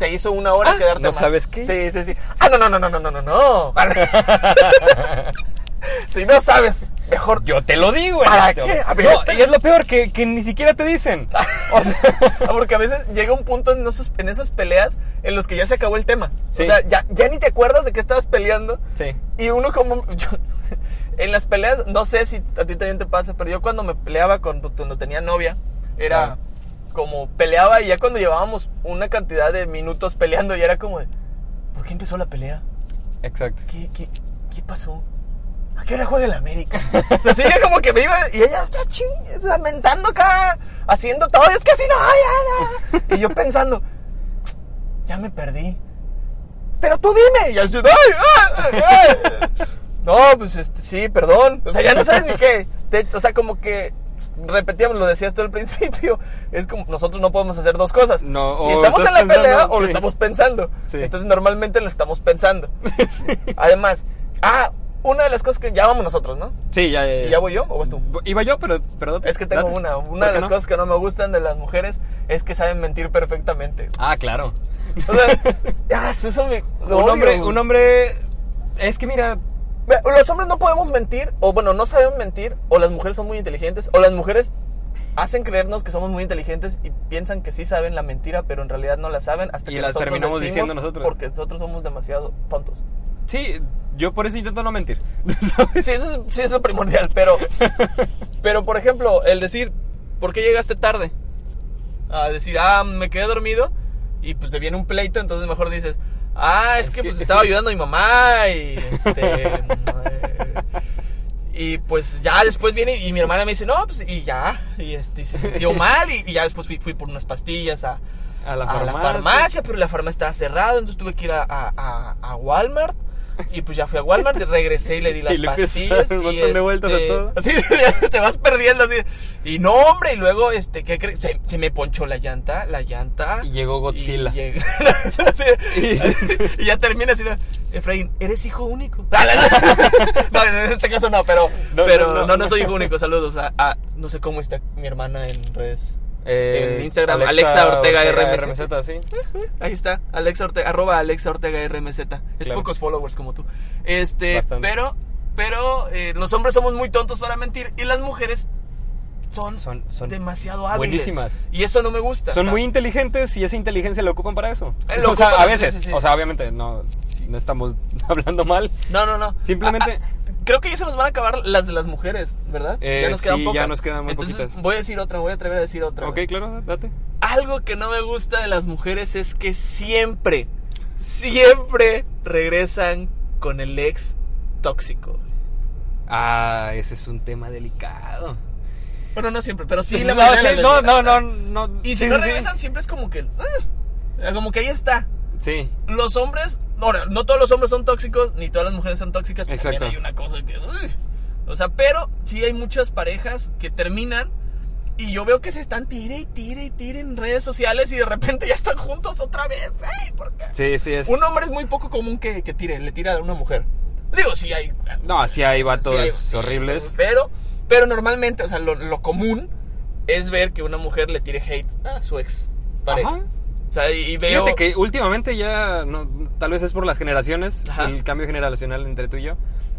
A: Te hizo una hora
B: Ah,
A: quedarte
B: ¿no
A: más.
B: sabes qué
A: Sí, sí, sí. Ah, no, no, no, no, no, no, no, no. si no sabes, mejor
B: Yo te lo digo, en
A: ¿Para
B: este
A: qué?
B: momento.
A: A ver,
B: No,
A: espera.
B: y es lo peor, que, que ni siquiera te dicen. O sea,
A: Ah, Porque a veces llega un punto en, esos- en esas peleas en los que ya se acabó el tema.
B: Sí.
A: O sea, ya, ya ni te acuerdas de que estabas peleando.
B: sí.
A: Y uno como... yo- en las peleas, no sé si a ti también te pasa, pero yo cuando me peleaba con, pues, cuando tenía novia, era
B: Ah.
A: como peleaba y ya cuando llevábamos una cantidad de minutos peleando y era como de, ¿por qué empezó la pelea?
B: Exacto.
A: ¿Qué, qué, qué pasó? ¿A qué hora juega el América? Así que como que me iba y ella está ching- lamentando acá, haciendo todo, es que así no, ya, ya. Y yo pensando, ya me perdí. Pero tú dime. Y así, "Ay, ay, ay". No, pues este, sí, perdón. O sea, ya no sabes ni qué. Te- o sea, como que repetíamos, lo decías tú al principio, es como nosotros no podemos hacer dos cosas.
B: No,
A: si
B: o
A: estamos en
B: estás
A: la pelea
B: pensando,
A: o lo
B: sí.
A: estamos pensando.
B: Sí.
A: Entonces normalmente lo estamos pensando. Además, ah, una de las cosas que ya vamos nosotros, ¿no?
B: Sí, ya, ya, ya.
A: ¿Y ya voy yo o vas tú?
B: Iba yo, pero perdón.
A: Es que tengo
B: date.
A: una.
B: ¿Por
A: Una de
B: qué
A: las
B: no?
A: cosas que no me gustan de las mujeres es que saben mentir perfectamente.
B: Ah, claro.
A: O sea, ah, eso me. lo
B: un
A: odio,
B: hombre,
A: güey.
B: un hombre. Es que mira,
A: Mira, Los hombres no podemos mentir, o bueno, no sabemos mentir, o las mujeres son muy inteligentes, o las mujeres hacen creernos que somos muy inteligentes y piensan que sí saben la mentira, pero en realidad no la saben hasta
B: Y
A: que
B: la
A: nosotros
B: terminamos
A: decimos
B: diciendo nosotros.
A: Porque nosotros somos demasiado tontos.
B: Sí, yo por eso intento no mentir. ¿Sabes?
A: Sí, eso es, sí, eso es lo primordial, pero, pero por ejemplo, el decir, ¿por qué llegaste tarde? A decir, ah, me quedé dormido y pues se viene un pleito, entonces mejor dices, ah, es, que,
B: que-
A: pues estaba ayudando a mi mamá y este... eh, Y pues ya después viene y mi hermana me dice, no, pues y ya, y, este, y se sintió mal y, y ya después fui, fui por unas pastillas a,
B: A la
A: a
B: farmacia.
A: la farmacia, pero la farmacia estaba cerrada, entonces tuve que ir a, a- a- a Walmart. Y pues ya fui a Walmart, y regresé y le di las
B: Y le empiezas a dar
A: pastillas.
B: un
A: y
B: montón de vueltas a
A: este,
B: todo.
A: Así te vas perdiendo así. Y no, hombre, y luego, este, ¿qué crees? Se, se me ponchó la llanta, la llanta.
B: Y llegó Godzilla.
A: Y, lleg- así,
B: Y-
A: y ya termina así. ¿no? Efraín, eres hijo único. no, en este caso no, pero,
B: No,
A: pero
B: no,
A: no,
B: no.
A: no, soy hijo único. Saludos a, a- no sé cómo está mi hermana en redes.
B: Eh,
A: En Instagram, Alexa Ortega RMZ.
B: sí.
A: Ahí está, Alexa Ortega, arroba Alexa Ortega RMZ. Es
B: Claro.
A: pocos followers como tú. Este,
B: Bastante.
A: pero, pero eh, los hombres somos muy tontos para mentir y las mujeres son,
B: Son- son
A: demasiado hábiles.
B: buenísimas.
A: Y eso no me gusta.
B: Son
A: o sea,
B: muy inteligentes y esa inteligencia la ocupan para eso.
A: Eh, lo
B: o sea,
A: ocupan,
B: a
A: sí,
B: veces.
A: sí, sí.
B: O sea, obviamente no, no estamos hablando mal.
A: No, no, no.
B: Simplemente-
A: Ah, ah, creo que ya se nos van a acabar las de las mujeres, ¿verdad?
B: Eh, sí, ya nos quedan muy
A: Entonces,
B: poquitas.
A: voy a decir otra, voy a atrever a decir otra.
B: Ok,
A: güey.
B: claro, date.
A: Algo que no me gusta de las mujeres es que siempre, siempre regresan con el ex tóxico.
B: Ah, ese es un tema delicado.
A: Bueno, no siempre, pero sí la
B: no,
A: mayoría de las
B: sí, no,
A: veces.
B: no, no, no.
A: Y si
B: sí,
A: no
B: sí, sí.
A: regresan, siempre es como que. "Ah", como que ahí está.
B: Sí.
A: Los hombres. Ahora, no todos los hombres son tóxicos, ni todas las mujeres son tóxicas. pero
B: Exacto.
A: También hay una cosa que. "Ugh". o sea, pero sí hay muchas parejas que terminan. Y yo veo que se están tire y tire y tire en redes sociales y de repente ya están juntos otra vez. Ay, ¿por qué?
B: Sí, sí es.
A: Un hombre es muy poco común que, que tire, le tira a una mujer. Digo, sí hay
B: No, sí hay
A: sea,
B: vatos
A: sí hay- sí,
B: horribles.
A: Pero, pero normalmente, o sea, lo, lo común es ver que una mujer le tire hate a su ex pareja.
B: Ajá.
A: O sea, y, y veo.
B: Fíjate que últimamente ya, no, tal vez es por las generaciones,
A: Ajá.
B: el cambio generacional entre tú y yo,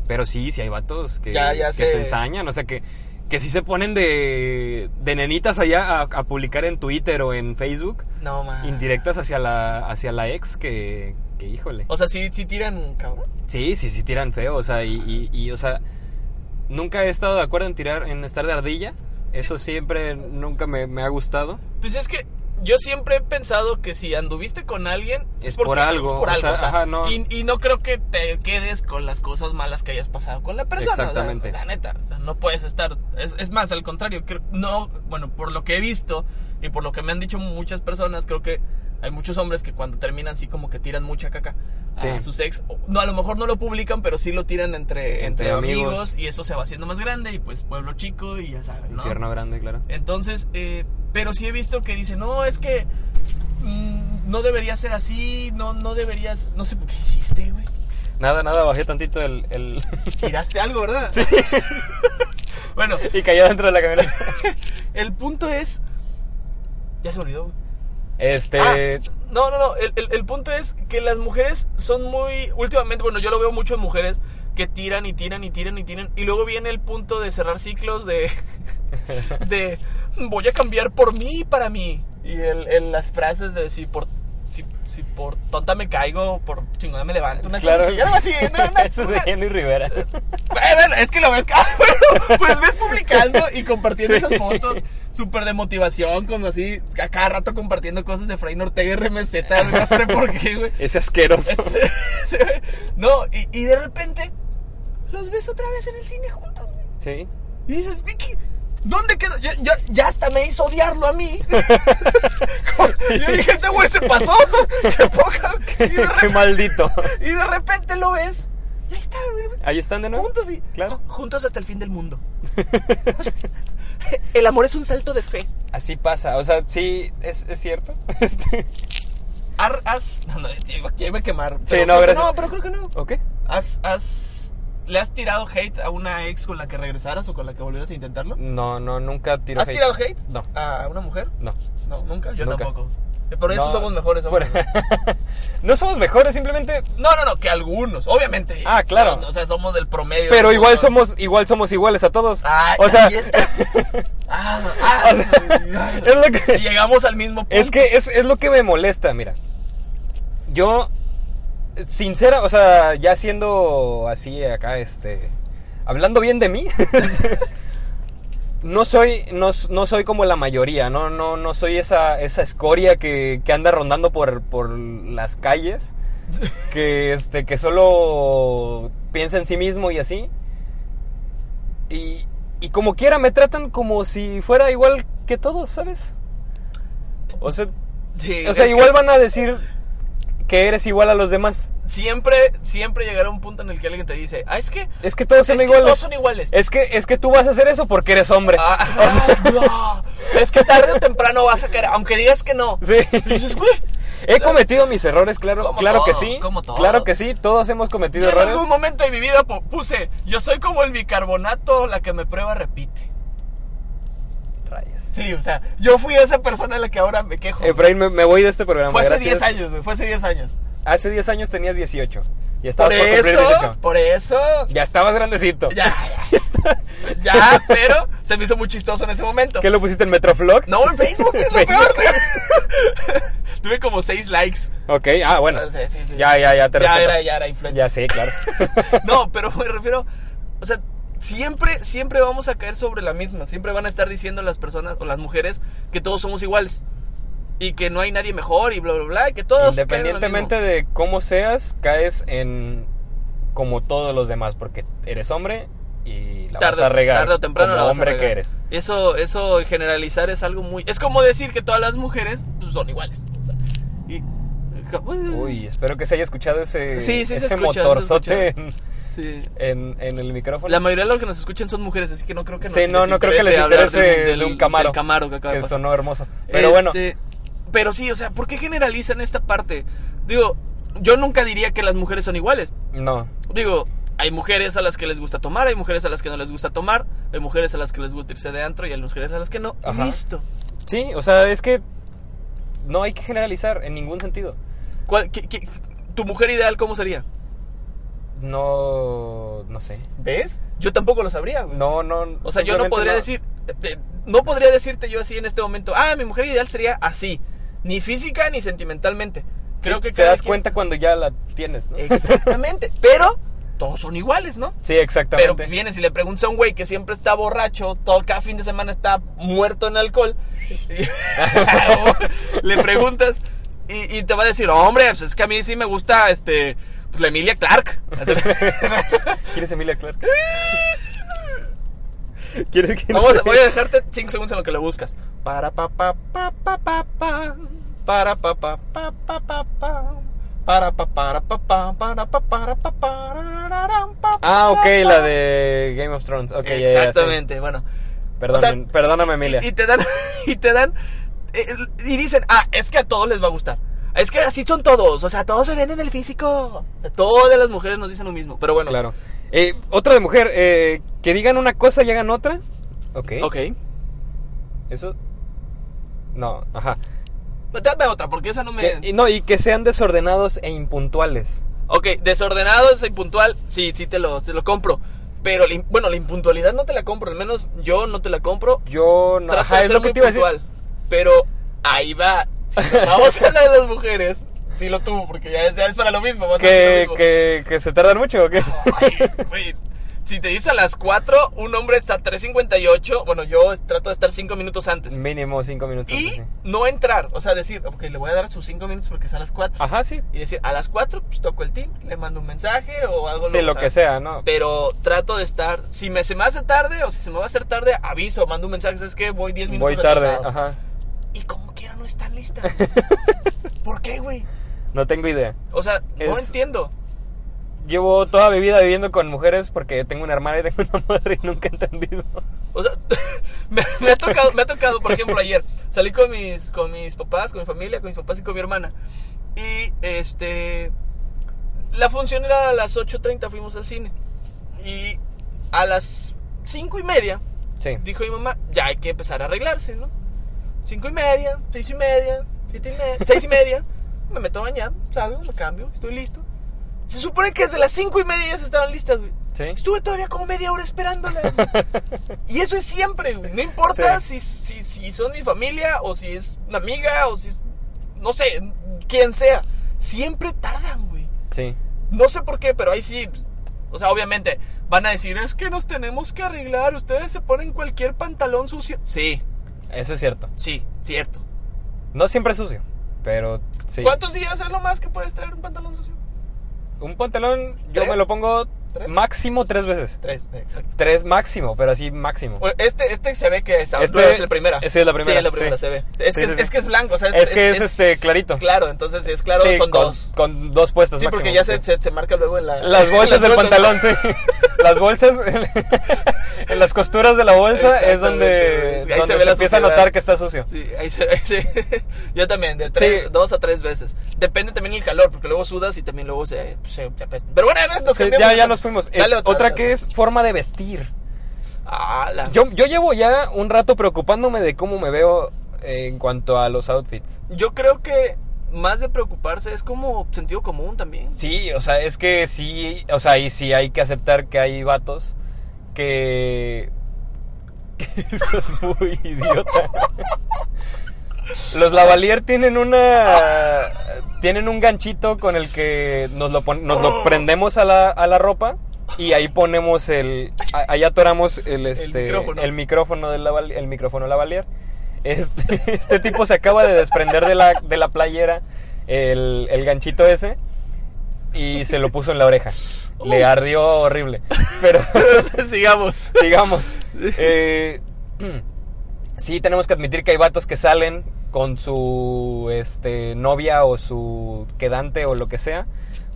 B: pero sí, sí hay vatos que,
A: Ya, ya
B: que
A: sé.
B: se ensañan, o sea, que, que sí se ponen de, de nenitas allá a, a publicar en Twitter o en Facebook,
A: No, man.
B: indirectas hacia la, hacia la ex que, que híjole.
A: O sea, sí, sí tiran, cabrón.
B: Sí, sí, sí tiran feo, o sea, y, y- y, o sea, nunca he estado de acuerdo en tirar, en estar de ardilla, eso siempre nunca me, me ha gustado.
A: Pues es que yo siempre he pensado que si anduviste con alguien.
B: Es por algo,
A: es por
B: o
A: algo,
B: sea,
A: o sea,
B: ajá, no.
A: Y, y no creo que te quedes con las cosas malas que hayas pasado con la persona. o sea,
B: Exactamente.
A: la neta, o sea, no puedes estar. Es, es más, al contrario, creo- no. Bueno, por lo que he visto y por lo que me han dicho muchas personas, creo que hay muchos hombres que cuando terminan, sí, como que tiran mucha caca a
B: Sí.
A: sus ex. O- No, a lo mejor no lo publican, pero sí lo tiran entre,
B: Entre
A: entre, amigos.
B: amigos.
A: y eso se va haciendo más grande. Y pues, pueblo chico, y ya saben, ¿no?
B: Infierno grande, claro.
A: Entonces, eh, pero sí he visto que dicen, no, es que mm, no debería ser así, no, no deberías, no sé por qué hiciste, güey.
B: Nada, nada, bajé tantito el- el...
A: Tiraste algo, ¿verdad? Sí. bueno,
B: Y cayó dentro de la camioneta.
A: el punto es, ya se me olvidó. güey.
B: Este.
A: Ah, no, no, no, el, el- el punto es que las mujeres son muy, últimamente, bueno, yo lo veo mucho en mujeres que tiran y tiran y tiran y tiran, y luego viene el punto de cerrar ciclos de... de voy a cambiar por mí y para mí. Y el, el- las frases de si por, si, si por tonta me caigo, por chingada me levanto, una
B: claro.
A: cosa así, algo así, una- una-
B: Eso
A: una-
B: es Jenny Rivera.
A: Eh, bueno, es que lo ves, ah, bueno, pues ves publicando y compartiendo esas fotos súper de motivación, como así, a cada rato compartiendo cosas de Fray Ortega y RMZ, no sé por qué, güey.
B: Es asqueroso.
A: Es- se ve- no, y, y de repente los ves otra vez en el cine juntos, güey.
B: Sí.
A: Y dices, Vicky, ¿dónde quedó? Ya, ya- ya hasta me hizo odiarlo a mí. Yo dije, ese güey se pasó. Qué poca. Y de,
B: Qué
A: repente,
B: maldito.
A: y de repente lo ves. Y ahí está, güey, güey,
B: Ahí están de nuevo.
A: Juntos y. Ah.
B: Claro.
A: ju- Juntos hasta el fin del mundo. el amor es un salto de fe.
B: Así pasa. O sea, sí, es, es cierto. Este,
A: Ar- has. No, no, ya iba- ya iba a quemar.
B: no,
A: creo que
B: gracias.
A: No, pero creo que no.
B: ¿O qué?
A: ¿Has, has, ¿Le has tirado hate a una ex con la que regresaras o con la que volvieras a intentarlo?
B: No, no, nunca tiro
A: ¿Has
B: hate.
A: tirado hate?
B: No.
A: ¿A una mujer?
B: No.
A: No, nunca. Yo
B: Nunca.
A: tampoco. Eh, Por eso
B: No.
A: somos mejores. somos
B: Fuera.
A: mejores.
B: no somos mejores, simplemente.
A: No, no, no, que algunos, obviamente.
B: Ah, claro.
A: O sea, somos del promedio.
B: Pero
A: de
B: igual
A: todos.
B: somos, igual somos iguales a todos.
A: Ah,
B: o sea,
A: ahí está. Ah, ah,
B: o sea, es lo que.
A: y llegamos al mismo punto.
B: Es que es, es lo que me molesta, mira. Yo, sincera, o sea, ya siendo así acá, este, hablando bien de mí, no soy, no, s- no soy como la mayoría, no, no, no soy esa, esa escoria que, que anda rondando por, por las calles, que, este, que solo piensa en sí mismo y así. Y, y como quiera, me tratan como si fuera igual que todos, ¿sabes? O sea,
A: Sí,
B: o sea,
A: es que
B: igual van a decir que eres igual a los demás.
A: Siempre, siempre llegará un punto en el que alguien te dice, ah, es que.
B: Es que todos son
A: Es que
B: iguales.
A: todos son iguales.
B: Es que, es que tú vas a hacer eso porque eres hombre.
A: ah, ah, no, es que tarde o temprano vas a caer, aunque digas que no.
B: Sí.
A: Y dices, güey,
B: He cometido mis errores, claro,
A: Como
B: claro
A: todos,
B: que sí.
A: como todos.
B: Claro que sí, todos hemos
A: yo
B: cometido
A: en
B: errores.
A: algún momento de mi vida po- puse, yo soy como el bicarbonato, la que me prueba repite.
B: Rayos.
A: Sí, o sea, yo fui esa persona de la que ahora me quejo.
B: Efraín, me, me voy de este programa.
A: fue hace
B: Eh, gracias.
A: 10 años, güey, fue hace 10 años.
B: Hace 10 años tenías 18. Ya
A: Por
B: estabas por, cumplir
A: eso,
B: 18.
A: por eso,
B: Ya estabas grandecito.
A: ya, ya, pero se me hizo muy chistoso en ese momento.
B: ¿Qué lo pusiste en Metroflog?
A: No, en Facebook es lo peor. güey. Tuve como 6 likes.
B: Ok, ah, bueno.
A: Sí, sí, sí.
B: Ya, ya, ya te
A: ya
B: respeto.
A: era, ya era influencer.
B: Ya sí, claro.
A: No, pero me refiero, o sea, siempre, siempre vamos a caer sobre la misma. Siempre van a estar diciendo las personas o las mujeres que todos somos iguales y que no hay nadie mejor y bla, bla, bla, y que todos. caen en lo
B: Independientemente de cómo seas, caes en como todos los demás, porque eres hombre y
A: mismo.
B: la
A: tarde,
B: vas a regar.
A: tarde o temprano
B: como
A: la vas a
B: hombre
A: regar.
B: que eres.
A: Eso, eso generalizar es algo muy, es como decir que todas las mujeres pues, son iguales. O sea, y-
B: Uy, espero que se haya escuchado ese,
A: Sí, sí se
B: ese
A: escucha, se
B: motorzote
A: escucha.
B: en,
A: sí.
B: en- en el micrófono.
A: La mayoría de los que nos escuchan son mujeres, así que no creo que nos
B: sí, no, no creo que les
A: hablar
B: interese
A: del-
B: de,
A: del-
B: un camaro.
A: del Camaro que acaba de
B: que
A: pasar.
B: sonó hermoso. Pero bueno,
A: Este, Pero sí, o sea, ¿por qué generalizan esta parte? Digo, yo nunca diría que las mujeres son iguales.
B: no.
A: Digo, hay mujeres a las que les gusta tomar, hay mujeres a las que no les gusta tomar, hay mujeres a las que les gusta irse de antro y hay mujeres a las que no. Y
B: Ajá.
A: Listo.
B: Sí, o sea, es que no hay que generalizar en ningún sentido.
A: ¿Cuál- qué- qué- ¿Tu mujer ideal cómo sería?
B: No, no sé.
A: ¿Ves? Yo tampoco lo sabría, güey.
B: No, no.
A: O sea, yo no
B: simplemente
A: podría decir. eh, No podría decirte yo así en este momento. Ah, mi mujer ideal sería así. Ni física ni sentimentalmente. Creo que
B: te
A: cada
B: das
A: quien-
B: cuenta cuando ya la tienes, ¿no?
A: Exactamente. pero todos son iguales, ¿no?
B: sí,
A: Pero
B: exactamente.
A: vienes y le preguntas a un güey que siempre está borracho, todo cada fin de semana está muerto en alcohol. y- le preguntas y, y te va a decir, hombre, pues es que a mí sí me gusta este. Pues la Emilia Clark.
B: ¿Quieres Emilia Clark? ¿Quieres que
A: Vamos, voy a dejarte 5 segundos en lo que lo buscas. Para pa pa pa pa pa pa. Para pa pa pa pa pa pa. Para pa para pa pa para pa para pa parararán, pa
B: Ah, ok,
A: pa,
B: la
A: pa.
B: de Game of Thrones. Ok, ya, ya, ya, sí.
A: Exactamente, bueno.
B: Perdón,
A: O sea,
B: perdóname,
A: y-
B: Emilia.
A: Y, te dan y te dan eh, y dicen, "Ah, es que a todos les va a gustar." Es que así son todos, o sea, todos se ven en el físico. O sea, todas las mujeres nos dicen lo mismo, pero bueno.
B: Claro. Eh, otra de mujer. eh, que digan una cosa y hagan otra. Ok.
A: Ok.
B: Eso. No, ajá.
A: Dame otra, porque esa no me
B: Que- y no, y que sean desordenados e impuntuales.
A: Ok, desordenado, soy puntual, sí, sí te lo, te lo compro. Pero, la im- bueno, la impuntualidad no te la compro, al menos yo no te la compro.
B: Yo no.
A: Trato
B: ajá,
A: de
B: es
A: ser
B: lo que
A: muy
B: te iba a decir.
A: puntual. Pero ahí va. Si nos vamos a la de las mujeres, dilo tú, porque ya es, ya es para lo mismo. Vas a
B: Que,
A: decir lo mismo.
B: que, que se tardan mucho o qué?
A: Ay, güey, si te dices a las 4, un hombre está a 3.58, bueno, yo trato de estar 5 minutos antes.
B: Mínimo cinco minutos.
A: Y
B: sí.
A: no entrar, o sea, decir, ok, le voy a dar sus 5 minutos porque es a las 4.
B: Ajá, sí.
A: Y decir, a las 4, pues toco el team, le mando un mensaje o hago
B: Sí,
A: o
B: lo
A: sea,
B: que sea, ¿no?
A: pero trato de estar. Si me, se me hace tarde o si se me va a hacer tarde, aviso, mando un mensaje. ¿Sabes qué? Voy 10 minutos.
B: Voy tarde,
A: retrasado.
B: ajá.
A: Y como quiera, no están listas. ¿Por qué, güey?
B: No tengo idea.
A: O sea, no
B: Es-
A: entiendo.
B: Llevo toda mi vida viviendo con mujeres porque tengo una hermana y tengo una madre y nunca he entendido.
A: O sea, me, me ha tocado, me ha tocado, por ejemplo, ayer salí con mis, con mis papás, con mi familia, con mis papás y con mi hermana. Y este. La función era a las 8:30, fuimos al cine. Y a las 5 y media
B: Sí.
A: dijo mi mamá, ya hay que empezar a arreglarse, ¿no? Cinco y media, seis y media, siete y media, seis y media, me meto a bañar, salgo, me cambio, estoy listo. Se supone que desde las cinco y media ya se estaban listas, güey.
B: Sí.
A: Estuve todavía como media hora esperándola. güey. y eso es siempre, güey. No importa si, si, si son mi familia o si es una amiga o si es, no sé, quien sea. Siempre tardan, güey.
B: Sí.
A: No sé por qué, pero ahí sí. pues, O sea, obviamente van a decir, es que nos tenemos que arreglar. Ustedes se ponen cualquier pantalón sucio. Sí,
B: Eso es cierto.
A: sí, cierto.
B: No siempre es sucio, pero sí.
A: ¿Cuántos días es lo más que puedes traer un pantalón sucio?
B: Un pantalón yo
A: ¿Tres?
B: me lo pongo
A: ¿Tres?
B: máximo tres veces.
A: Tres, exacto.
B: Tres máximo, pero así máximo.
A: Este, este se ve que es,
B: Este-
A: es la primera.
B: sí, es la primera,
A: Sí, es la primera,
B: sí.
A: se ve. Es,
B: Sí,
A: que,
B: sí,
A: es,
B: sí.
A: que es blanco, o sea,
B: Es que es, este, clarito.
A: Claro, entonces si es claro,
B: Sí,
A: son
B: con,
A: dos.
B: Con dos puestas
A: sí,
B: máximo.
A: porque ya
B: sí.
A: se, se, se marca luego en la.
B: Las
A: en las
B: bolsas del
A: bolsas.
B: pantalón, sí. Las bolsas, en las costuras de la bolsa es
A: Exactamente,
B: donde,
A: es que ahí
B: donde
A: se
B: se,
A: ve la
B: empieza a
A: suciedad.
B: notar que está sucio.
A: Sí, ahí se ve, sí. Yo también, de tres,
B: Sí.
A: dos a tres veces. Depende también el calor, porque luego sudas y también luego se, pues, se, se apesta. Pero bueno, ya nos
B: Sí,
A: cambiamos
B: ya,
A: de
B: ya
A: tema.
B: nos fuimos. Eh,
A: Dale
B: otra que
A: dale.
B: es forma de vestir.
A: Ah, la- Yo,
B: Yo, yo llevo ya un rato preocupándome de cómo me veo eh, en cuanto a los outfits.
A: creo que más de preocuparse es como sentido común también.
B: Sí, o sea, es que sí, o sea, y sí hay que aceptar que hay vatos que... que esto es muy idiota. Los lavalier tienen una... tienen un ganchito con el que nos lo, pon- nos lo prendemos a la, a la ropa y ahí ponemos el... a- ahí atoramos el, este,
A: micrófono.
B: el micrófono del laval- el micrófono lavalier. Este, este tipo se acaba de desprender de la, de la playera el, el ganchito ese y se lo puso en la oreja. Le ardió horrible. Pero
A: Entonces, sigamos.
B: sigamos. Eh, sí, tenemos que admitir que hay vatos que salen con su este, novia o su quedante o lo que sea,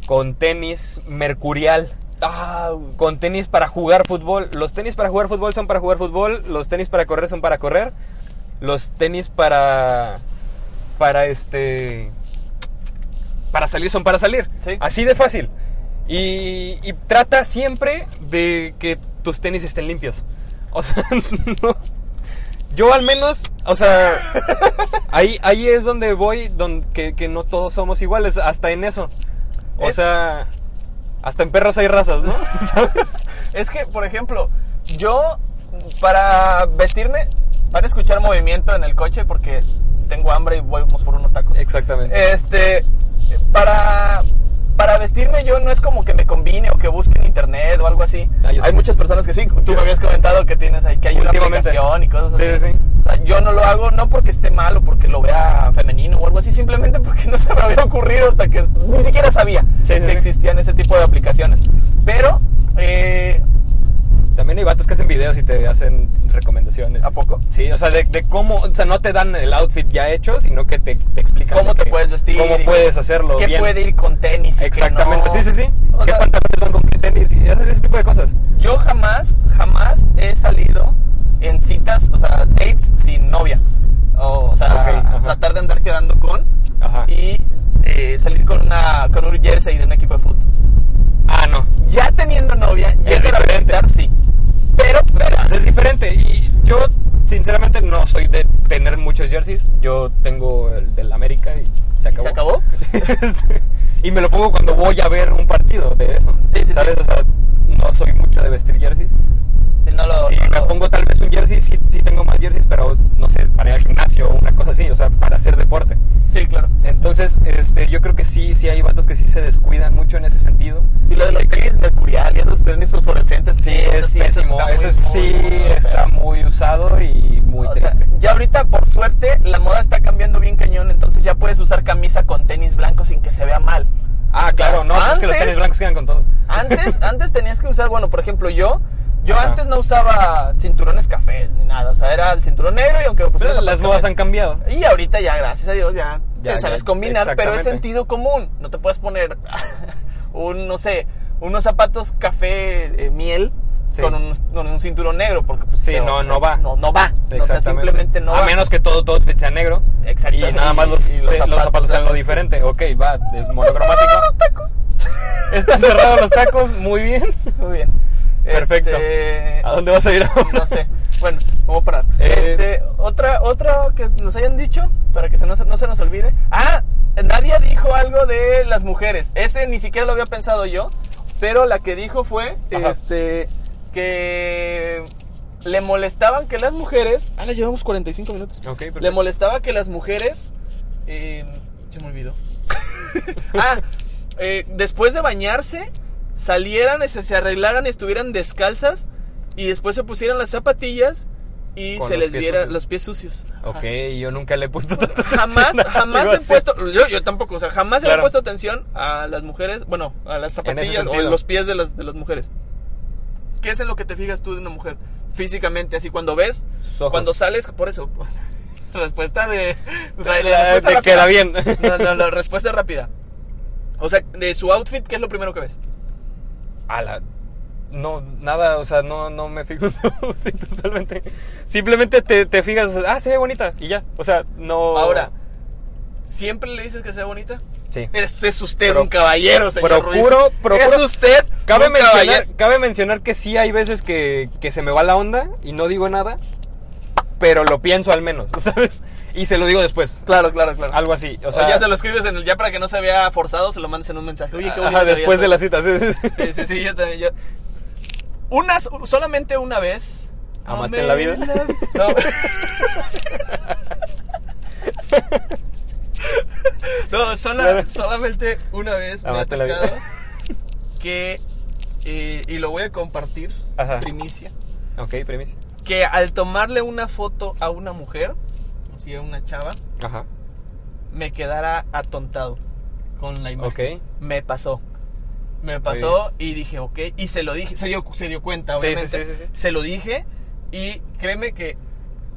B: con tenis mercurial.
A: Ah, güey.
B: Con tenis para jugar fútbol. Los tenis para jugar fútbol son para jugar fútbol. Los tenis para correr son para correr. Los tenis para. Para este. Para salir son para salir.
A: Sí.
B: Así de fácil. Y, y trata siempre de que tus tenis estén limpios. O sea, no. Yo al menos, o sea, ahí, ahí es donde voy, donde, que, que no todos somos iguales, hasta en eso. O
A: ¿Eh?
B: sea, hasta en perros hay razas, ¿no? ¿Sabes?
A: Es que, por ejemplo, yo para vestirme, para escuchar movimiento en el coche porque tengo hambre y voy por unos tacos.
B: Exactamente.
A: Este, para, para vestirme yo no es como que me combine o que busque en internet o algo así.
B: Ah, yo
A: hay
B: sí.
A: muchas personas que sí. Tú me habías comentado que tienes ahí, que hay una
B: Últimamente.
A: aplicación y cosas
B: Sí,
A: así.
B: sí, sí.
A: O sea, yo no lo hago no porque esté mal o porque lo vea femenino o algo así, simplemente porque no se me había ocurrido hasta que ni siquiera sabía
B: Sí, sí,
A: que
B: sí.
A: existían ese tipo de aplicaciones. Pero, eh,
B: También hay vatos que hacen videos y te hacen recomendaciones.
A: ¿a poco?
B: Sí, o sea, de, de cómo, o sea, no te dan el outfit ya hecho, sino que te, te explican
A: ¿Cómo
B: de
A: te
B: que-
A: puedes vestir?
B: cómo
A: y
B: puedes hacerlo
A: ¿Qué
B: bien.
A: puede ir con tenis? y qué
B: Exactamente,
A: no?
B: sí, sí, sí.
A: O
B: ¿Qué
A: sea,
B: pantalones van con qué tenis? Y ese, ese tipo de cosas.
A: Yo jamás, jamás he salido en citas, o sea, dates sin novia. O, o sea,
B: Ok, ajá. Ah.
A: tratar de andar quedando con
B: Ajá.
A: y eh, salir con, una, con un jersey de un equipo de fútbol.
B: Ah, no.
A: Ya teniendo novia, ya
B: Es
A: es para
B: diferente.
A: visitar, sí. Pero, pero,
B: Pues es diferente. Y yo, sinceramente, no soy de tener muchos jerseys. Yo tengo el del América y se
A: ¿y
B: acabó.
A: ¿se acabó?
B: Este, y me lo pongo cuando voy a ver un partido de eso.
A: Sí, sí,
B: ¿Sabes? O sea, no soy mucho de vestir jerseys.
A: Sí, no lo,
B: Si
A: no
B: me
A: lo-
B: pongo tal vez un jersey, sí, sí tengo más jerseys, pero no sé, para ir al gimnasio o una cosa así, o sea, para hacer deporte.
A: Sí, claro.
B: Entonces, este, yo creo que sí, sí hay vatos que sí se descuidan mucho en ese sentido.
A: Y lo de los tenis mercurial y esos tenis fosforescentes.
B: Sí,
A: eso
B: es
A: sí, eso
B: pésimo.
A: está
B: Eso
A: muy,
B: sí
A: muy, muy
B: está
A: feo.
B: muy usado y muy
A: O sea,
B: triste.
A: ya ahorita, por suerte, la moda está cambiando bien cañón, entonces ya puedes usar camisa con tenis blanco sin que se vea mal.
B: ah,
A: o sea,
B: claro, no, es que los
A: antes-
B: tenis blancos quedan con todo.
A: Antes, antes tenías que usar, bueno, por ejemplo, yo, yo
B: Ajá.
A: antes no usaba cinturones café ni nada, o sea, era el cinturón negro y aunque me pusiera
B: Pero las
A: zapatos
B: modas
A: cafés-
B: han cambiado.
A: Y ahorita ya, gracias a Dios, ya,
B: Ya,
A: te
B: ya,
A: sabes combinar, pero es
B: exactamente.
A: sentido común. No te puedes poner un, no sé, unos zapatos café eh, miel
B: Sí.
A: con, un, con un cinturón negro, porque pues,
B: Sí,
A: te-
B: no,
A: o sea,
B: no va.
A: No, no va. O sea,
B: Exactamente.
A: simplemente no
B: A
A: va.
B: menos que todo, todo outfit sea negro.
A: Exactamente.
B: Y nada más los,
A: Y los
B: los zapatos,
A: zapatos
B: sean lo
A: sean-
B: diferente. Ok, va, es
A: Cerraron
B: monocromático.
A: los tacos.
B: Están cerrados los tacos, muy bien.
A: Muy bien.
B: Perfecto.
A: Este,
B: ¿A dónde vas a ir ahora?
A: No sé. Bueno, vamos a parar.
B: Eh,
A: este, otra, otra que nos hayan dicho, para que se nos- no se nos olvide. Ah, Nadia dijo algo de las mujeres. Ese ni siquiera lo había pensado yo, pero la que dijo fue
B: Ajá.
A: este que le molestaban que las mujeres. Ah, la llevamos 45 minutos.
B: Ok, perfecto.
A: Le molestaba que las mujeres. eh, se me olvidó. ah, eh, después de bañarse, salieran, se, se arreglaran y estuvieran descalzas. Y después se pusieran las zapatillas y
B: Con
A: se
B: los
A: les
B: pies
A: viera
B: sucios.
A: los pies sucios.
B: Ok, yo nunca le he puesto tanto
A: Jamás, jamás he puesto, yo, yo tampoco, o sea, jamás le he
B: Claro.
A: puesto atención a las mujeres, bueno, a las zapatillas o a
B: sentido.
A: los pies de las, de las mujeres. ¿Qué es en lo que te fijas tú de una mujer físicamente? Así cuando ves,
B: Sus ojos.
A: cuando sales, por eso, respuesta de... la- la
B: La,
A: respuesta
B: te queda
A: rápida.
B: bien.
A: No, no, la respuesta rápida. O sea, de su outfit, ¿qué es lo primero que ves?
B: A la. No, nada, o sea, no, no me fijo en su outfit, totalmente. Simplemente te, te fijas, o sea, ah, se ve bonita, y ya. O sea, no.
A: Ahora, ¿siempre le dices que sea bonita?
B: Sí.
A: Es, es usted
B: Pro-
A: un caballero, señor
B: procuro-
A: Ruiz.
B: procuro-
A: Es usted
B: Cabe
A: un caballero.
B: mencionar, cabe mencionar que sí hay veces que, que se me va la onda y no digo nada, pero lo pienso al menos, ¿sabes? Y se lo digo después.
A: Claro, claro, claro.
B: Algo así. O
A: O
B: sea,
A: ya se lo escribes en el, ya para que no se vea forzado, se lo mandes en un mensaje. Oye, qué
B: ajá,
A: bonito.
B: después de la cita. Sí, sí, sí.
A: Sí, sí, sí, yo también. Yo... Unas, solamente una vez.
B: ¿Amaste
A: Amé
B: en la vida?
A: No. No, sola-
B: Claro.
A: solamente una vez me ha
B: Amaste en la vida.
A: tocado que, eh, y lo voy a compartir,
B: Ajá.
A: primicia,
B: Ok, premisa.
A: que al tomarle una foto a una mujer, así a una chava,
B: Ajá.
A: me quedara atontado con la imagen.
B: Ok.
A: Me pasó. Me pasó y dije, ok. Y se lo dije. Se dio, se dio cuenta,
B: Sí, sí,
A: obviamente.
B: sí, sí, sí.
A: Se lo dije. Y créeme que.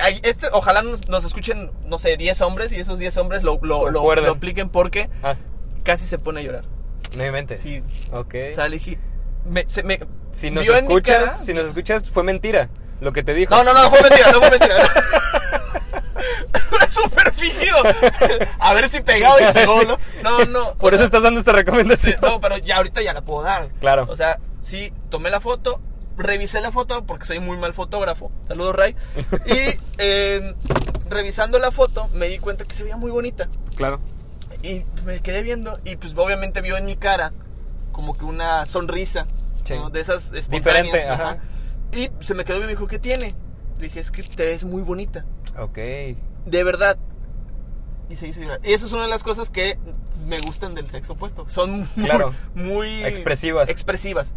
A: ay, este, ojalá nos, nos escuchen, no sé, 10 hombres y esos 10 hombres lo, lo, lo-
B: Concuerden.
A: lo apliquen porque
B: Ah,
A: casi se pone a llorar.
B: no me mentes.
A: Sí.
B: Ok.
A: O sea, le dije. me- se- me-
B: si nos
A: vio en mi cara-
B: escuchas, si nos escuchas, fue mentira lo que te dijo.
A: No, no, no, fue mentira, no fue mentira. Súper fingido. A ver si pegaba y pegó, ¿no? No, no.
B: Por
A: o
B: eso
A: sea,
B: estás dando esta recomendación.
A: No, pero ya ahorita ya la puedo dar.
B: Claro.
A: O sea, sí, tomé la foto, revisé la foto porque soy muy mal fotógrafo. Saludos, Ray. Y eh, revisando la foto me di cuenta que se veía muy bonita.
B: Claro.
A: Y me quedé viendo y pues obviamente vio en mi cara como que una sonrisa.
B: Sí.
A: ¿no? De esas espontáneas.
B: Diferente, ajá.
A: Y se me quedó y me dijo, ¿qué tiene? Le dije, es que te ves muy bonita.
B: Ok.
A: De verdad. Y se hizo llorar. Y esa es una de las cosas que me gustan del sexo opuesto. Son muy,
B: Claro.
A: muy
B: Expresivas.
A: Expresivas.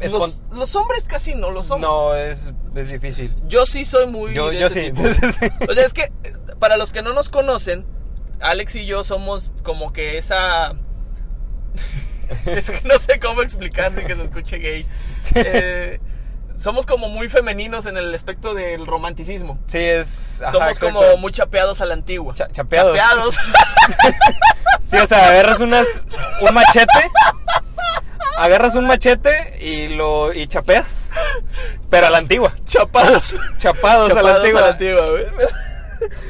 B: Es
A: Los, los hombres casi no lo
B: pon-
A: somos.
B: no, es, es difícil.
A: Yo sí soy muy.
B: Yo,
A: de
B: yo
A: ese
B: sí.
A: tipo. O sea, es que eh, para los que no nos conocen, Alex y yo somos como que esa. es que no sé cómo explicar sin que se escuche gay. Eh, somos como muy femeninos en el aspecto del romanticismo.
B: sí, es. ajá,
A: Somos
B: exacto.
A: como muy chapeados a la antigua.
B: Cha- chapeados.
A: Chapeados.
B: Sí, o sea, agarras unas. Un machete. Agarras un machete y lo. y chapeas. Pero a la antigua.
A: chapados.
B: Chapados, a la antigua.
A: güey.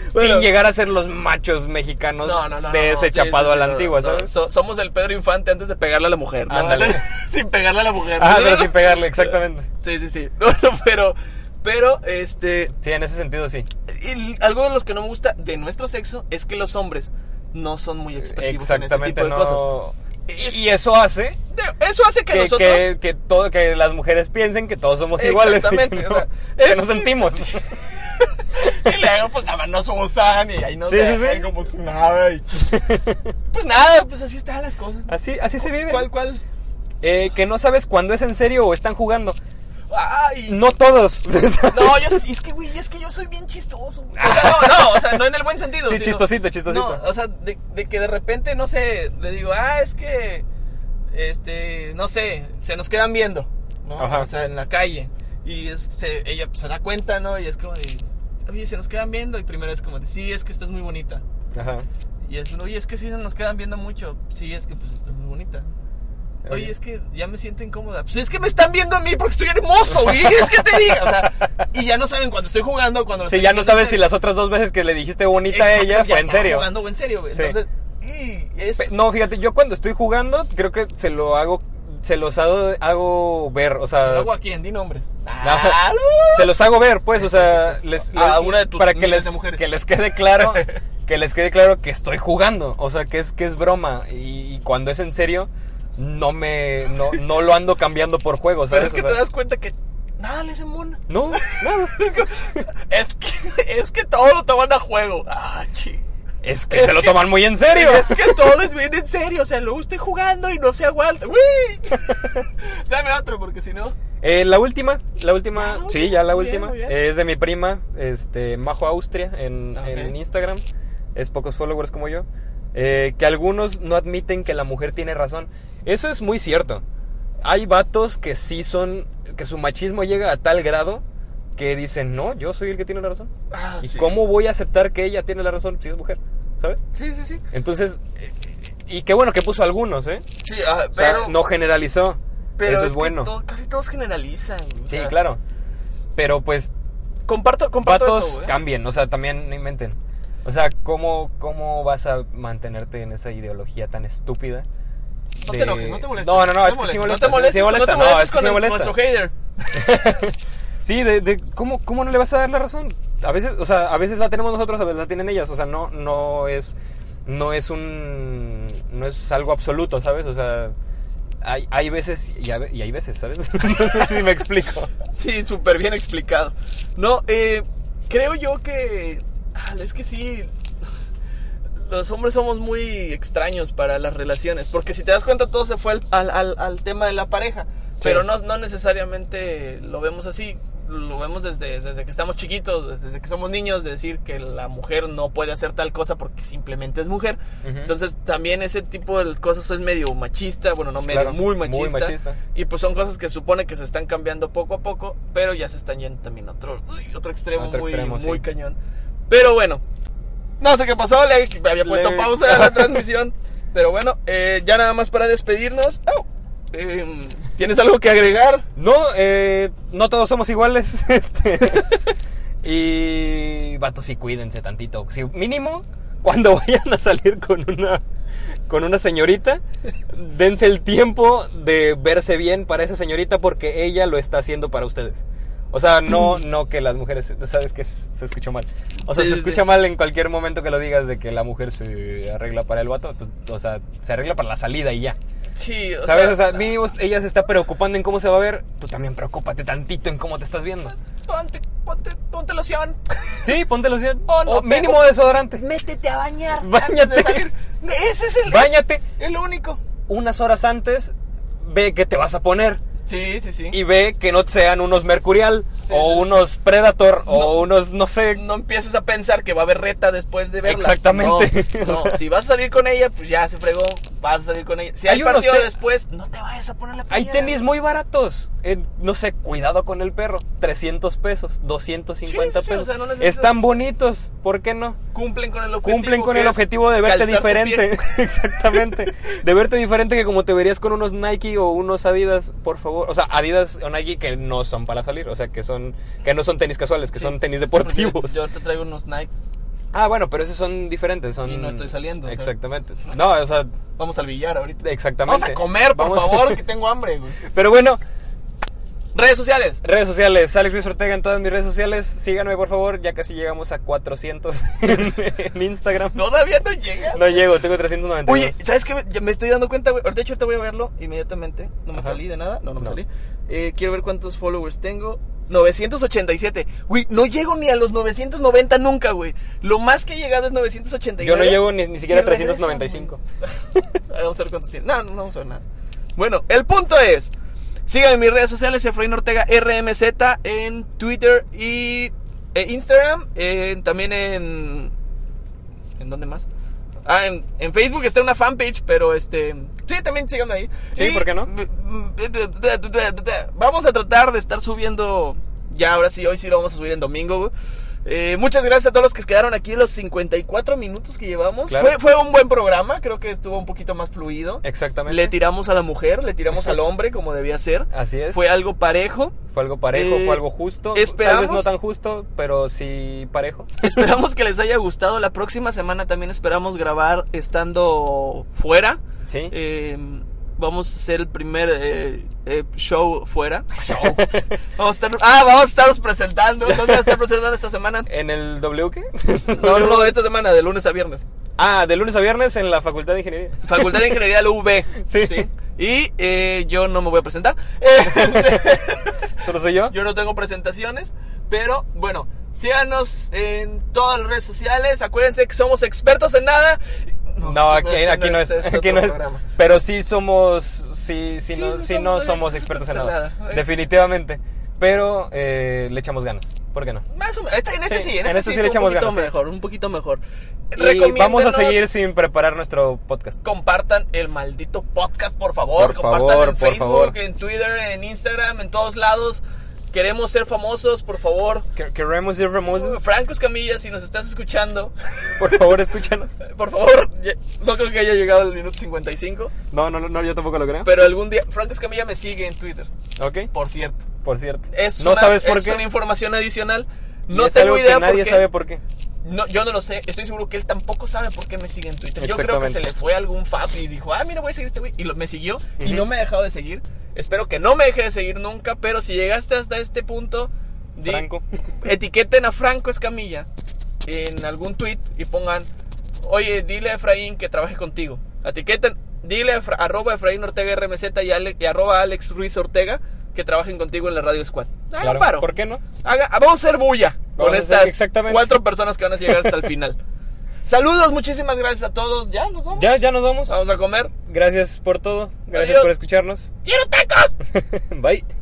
B: Sin
A: Bueno.
B: llegar a ser los machos mexicanos
A: No, no, no.
B: de
A: no,
B: ese
A: sí,
B: chapado
A: sí,
B: a la
A: sí, no,
B: antigua,
A: no,
B: ¿sabes?
A: so- somos el Pedro Infante antes de pegarle a la mujer. ¿no?
B: Ándale.
A: sin pegarle a la mujer.
B: Ah, pero sin pegarle, exactamente.
A: Sí, sí, sí. No, no, pero, pero, este.
B: Sí, en ese sentido sí.
A: el- algo de los que no me gusta de nuestro sexo es que los hombres no son muy expresivos
B: Exactamente,
A: pues, en ese tipo de cosas.
B: no.
A: Es-
B: Y eso hace
A: De- eso hace que,
B: que,
A: nosotros.
B: que, que todo, que las mujeres piensen que todos somos iguales. y
A: Exactamente,
B: Que
A: o
B: no,
A: sea,
B: que
A: es
B: no
A: que-
B: sentimos.
A: Y luego, pues nada más no somos san y ahí no
B: Sí,
A: se
B: sí, sí.
A: como si nada. y- pues nada, pues así están las cosas.
B: Así, así se vive.
A: ¿Cuál, cuál?
B: Eh, que no sabes cuándo es en serio o están jugando.
A: Ay.
B: No todos.
A: No, yo sí, es que, güey, es que yo soy bien chistoso. güey. O sea, no, no, o sea, no en el buen sentido.
B: Sí,
A: sino-
B: chistosito, chistosito.
A: No, o sea, de, de que de repente, no sé, le digo, ah, es que, este, no sé, se nos quedan viendo, ¿no?
B: Ajá.
A: O sea, en la calle. Y es- se- ella pues, se da cuenta, ¿no? Y es como de, oye, se nos quedan viendo. Y primero es como de, sí, es que estás muy bonita.
B: Ajá.
A: Y es, oye, es que sí se nos quedan viendo mucho. Sí, es que pues estás muy bonita. Oye, es que ya me siento incómoda. Pues es que me están viendo a mí porque estoy hermoso, güey. Es que te digo. O sea, y ya no saben cuando estoy jugando, cuando lo
B: Sí,
A: estoy
B: ya no
A: diciendo en
B: sabes si
A: serio.
B: las otras dos veces que le dijiste bonita a
A: Exacto,
B: ella
A: ya
B: fue en
A: estaba
B: serio.
A: jugando o en serio, güey.
B: Sí.
A: Entonces, y es.
B: Pe- No, fíjate, yo cuando estoy jugando, creo que se lo hago. se los hago, hago ver, o sea...
A: Luego a quién, di nombres.
B: Ah, se los hago ver, pues, o sea, les,
A: A
B: les-
A: una de tus
B: para que
A: miles
B: les,
A: de mujeres.
B: que les quede claro, que les quede claro que estoy jugando, o sea, que es que es broma y, y cuando es en serio no me no, no lo ando cambiando por juego,
A: Pero
B: ¿sabes?
A: es que
B: O sea,
A: te das cuenta que nada le hacen mona.
B: No, nada.
A: Es que, es que todo lo toman a juego. Ah, chi.
B: Es que
A: Es
B: se lo
A: que-
B: toman muy en serio.
A: Es que todo es bien en serio. O sea, luego estoy jugando y no se aguanta. ¡Uy! Dame otro, porque si no.
B: Eh, la última, la última,
A: Ah,
B: sí, ya la
A: muy bien,
B: última.
A: muy bien.
B: Eh, es de mi prima, este, Majo Austria, en,
A: Ah, ok.
B: en Instagram. Es pocos followers como yo. Eh, que algunos no admiten que la mujer tiene razón. Eso es muy cierto. Hay vatos que sí son, que su machismo llega a tal grado que dicen, no, yo soy el que tiene la razón.
A: Ah,
B: ¿Y
A: sí.
B: cómo voy a aceptar que ella tiene la razón si es mujer? ¿Sabes?
A: Sí, sí, sí.
B: Entonces, eh, y qué bueno que puso algunos, ¿eh?
A: Sí, ah,
B: O sea,
A: pero.
B: no generalizó.
A: pero
B: Eso es,
A: que
B: bueno.
A: todo- casi todos generalizan. o
B: Sí,
A: sea,
B: claro. Pero pues
A: Comparto, comparto
B: patos
A: eso, ¿eh? güey.
B: cambien, o sea, también no inventen. O sea, ¿cómo, ¿cómo vas a mantenerte en esa ideología tan estúpida?
A: No
B: de-
A: te enojes, no te molestes.
B: No, no, no, es que sí
A: molestes, No
B: molesta.
A: te molestes,
B: sí
A: no
B: molesta,
A: te molestes
B: es que sí
A: con el-
B: molesta.
A: nuestro hater.
B: Sí, de, de- ¿cómo, ¿cómo no le vas a dar la razón? A veces, o sea, a veces la tenemos nosotros, a veces la tienen ellas, o sea, no, no es, no es un, no es algo absoluto, ¿sabes? O sea, hay, hay veces y, a ve- y hay veces, ¿sabes? no sé si me explico.
A: Sí, súper bien explicado. No, eh, creo yo que. ah, Es que sí. Los hombres somos muy extraños para las relaciones. Porque si te das cuenta, todo se fue al, al- al- al tema de la pareja. Pero no, no necesariamente lo vemos así. Lo vemos desde, desde que estamos chiquitos, desde que somos niños, de decir que la mujer no puede hacer tal cosa porque simplemente es mujer.
B: Ujú.
A: Entonces, también ese tipo de cosas es medio machista. Bueno, no medio,
B: Claro,
A: muy
B: muy
A: machista.
B: machista.
A: Y pues son cosas que supone que se están cambiando poco a poco, pero ya se están yendo también a otro, uy, otro extremo
B: Otro
A: muy,
B: extremo,
A: muy
B: sí.
A: cañón. Pero bueno, no sé qué pasó, le me había puesto
B: Le-
A: pausa a la transmisión. Pero bueno, eh, ya nada más para despedirnos. ¡Au! Em, ¿Tienes algo que agregar?
B: No, eh, no todos somos iguales. Este. y vatos, sí, cuídense tantito. Si, mínimo, cuando vayan a salir con una, con una señorita, dense el tiempo de verse bien para esa señorita porque ella lo está haciendo para ustedes. O sea, no, no que las mujeres, sabes que se escuchó mal. O sea,
A: Sí,
B: se
A: sí, sí.
B: escucha mal en cualquier momento que lo digas de que la mujer se arregla para el vato. pues, o sea, se arregla para la salida y ya.
A: Sí, o
B: ¿Sabes?
A: sea,
B: o sea, mínimo ella se está preocupando en cómo se va a ver. Tú también preocúpate tantito en cómo te estás viendo.
A: ponte, ponte, ponte loción.
B: Sí, ponte loción.
A: Oh, no,
B: o
A: pero-
B: mínimo desodorante.
A: Métete a bañar. Antes
B: Báñate.
A: de salir. Ese es el.
B: Báñate.
A: es el único.
B: Unas horas antes, ve qué te vas a poner.
A: Sí, sí, sí.
B: Y ve que no sean unos Mercurial,
A: Sí,
B: o
A: sí.
B: unos Predator, o unos, no sé.
A: no empieces a pensar que va a haber reta después de verla.
B: Exactamente.
A: No,
B: O sea.
A: no. si vas a salir con ella, pues ya se fregó, vas a salir con ella. Si hay,
B: Hay unos
A: partido
B: te-
A: después, no te vayas a poner la
B: Hay
A: playera.
B: tenis muy baratos. Eh, no sé, cuidado con el perro. 300 pesos, 250
A: Sí, sí, sí, o
B: pesos.
A: sea, no necesitas-
B: Están bonitos, ¿por qué no?
A: Cumplen con el objetivo.
B: cumplen con
A: que
B: el
A: es
B: objetivo de verte
A: calzar tu
B: diferente.
A: pie.
B: Exactamente. De verte diferente que como te verías con unos Nike o unos Adidas, por favor. O sea, Adidas o Nike que no son para salir, o sea, que son que no son tenis casuales, que
A: Sí.
B: son tenis deportivos.
A: Yo te traigo unos Nikes.
B: Ah, bueno, pero esos son diferentes, son
A: Y no estoy saliendo, o sea.
B: Exactamente. No, o sea,
A: Vamos al billar ahorita.
B: exactamente.
A: Vamos a comer, por
B: Vamos-
A: favor, que tengo hambre. güey.
B: Pero bueno,
A: Redes sociales.
B: redes sociales, Alex Luis Ortega en todas mis redes sociales, síganme por favor, ya casi llegamos a 400 en, en Instagram.
A: Todavía no llega.
B: No llego, tengo 392.
A: Oye, ¿sabes qué? Ya Me estoy dando cuenta, güey. Ahorita, De hecho, ahorita voy a verlo inmediatamente. No me
B: Ajá.
A: salí de nada. No, no me
B: No.
A: salí. Eh, quiero ver cuántos followers tengo. 987. Güey, no llego ni a los 990 nunca, güey. Lo más que he llegado es 989.
B: Yo no llego ni, ni siquiera a
A: Y regreso,
B: 395.
A: güey. vamos a ver cuántos tiene. No, no, no vamos a ver nada. Bueno, el punto es. Síganme en mis redes sociales, Efraín Ortega RMZ, en Twitter y e Instagram, en- también en... ¿En dónde más? Ah, en, en Facebook está una fanpage, pero este... Sí, también síganme ahí.
B: Sí, ¿por qué no?
A: Vamos a tratar de estar subiendo... Ya, ahora sí, hoy sí lo vamos a subir en domingo. güey. Eh, muchas gracias a todos los que quedaron aquí los 54 minutos que llevamos.
B: Claro.
A: Fue, fue un buen programa, creo que estuvo un poquito más fluido.
B: Exactamente.
A: Le tiramos a la mujer, le tiramos al hombre como debía ser.
B: Así es.
A: Fue
B: Fue,
A: algo parejo.
B: algo parejo,
A: eh,
B: fue algo justo.
A: esperamos-
B: Tal vez no tan justo, pero sí parejo.
A: Esperamos que les haya gustado. La próxima semana también esperamos grabar estando fuera.
B: Sí.
A: Eh, Vamos a hacer el primer eh, eh, show fuera. Vamos a estar, ah, vamos a estaros presentando. ¿Dónde vas a estar presentando esta semana?
B: ¿En el W qué?
A: No, no, no, esta semana, de lunes a viernes.
B: Ah, de lunes a viernes en la Facultad de Ingeniería.
A: Facultad de Ingeniería de la UV.
B: Sí.
A: Y eh, yo no me voy a presentar. Este,
B: ¿Solo soy yo?
A: yo no tengo presentaciones, pero bueno, síganos en todas las redes sociales. Acuérdense que somos expertos en nada.
B: No, aquí, aquí no es,
A: este
B: aquí
A: otro
B: no es.
A: programa.
B: Pero sí somos, sí, sí, no,
A: Sí,
B: sí no
A: somos
B: somos expertos en nada. Definitivamente. Pero eh, le echamos ganas. ¿por qué no?
A: Más o menos. Este- En este
B: Sí,
A: sí, en,
B: en
A: este
B: este
A: sí,
B: sí le
A: estuvo un
B: echamos
A: poquito
B: ganas, sí.
A: mejor, un poquito mejor.
B: Y vamos a
A: Recomiéndenos,
B: seguir sin preparar nuestro podcast.
A: Compartan el maldito podcast, por favor.
B: Por
A: compartan
B: favor,
A: en
B: por
A: Facebook,
B: favor.
A: en Twitter, en Instagram, en todos lados. Queremos ser famosos, por favor.
B: Que- Queremos ir famosos.
A: Franco Escamilla, si nos estás escuchando,
B: Por favor, escúchanos.
A: por favor, ya- no creo que haya llegado el minuto 55,
B: No, no, no, yo tampoco lo creo.
A: pero algún día, Franco Escamilla me sigue en Twitter,
B: Ok,
A: por cierto.
B: por cierto.
A: Es
B: no
A: una,
B: sabes por
A: es
B: qué.
A: una información adicional.
B: Y
A: No
B: es
A: tengo
B: algo que
A: idea por
B: nadie
A: qué.
B: sabe por qué.
A: No, yo no lo sé. Estoy seguro que él tampoco sabe por qué me sigue en Twitter. Yo creo que se
B: Exactamente.
A: le fue algún fab y dijo, ah, mira, voy a seguir a este güey. Y lo- me siguió y no me ha dejado de seguir. Espero que no me deje de seguir nunca, pero si llegaste hasta este punto, di-
B: Franco.
A: etiqueten a Franco Escamilla en algún tweet y pongan, oye, dile a Efraín que trabaje contigo. Etiqueten, dile a Efra- arroba Efraín Ortega RMZ y, Ale- y arroba Alex Ruiz Ortega que trabajen contigo en la Radio Squad. Ah,
B: Claro,
A: paro.
B: ¿Por qué no?
A: Haga- vamos a hacer bulla
B: Vamos
A: con
B: a hacer-
A: estas
B: exactamente.
A: cuatro personas que van a llegar hasta el final. Saludos, muchísimas gracias a todos. Ya nos vamos.
B: Ya, ya nos vamos.
A: Vamos a comer.
B: Gracias por todo. Gracias
A: Adiós.
B: por escucharnos.
A: ¡Quiero tacos!
B: Bye.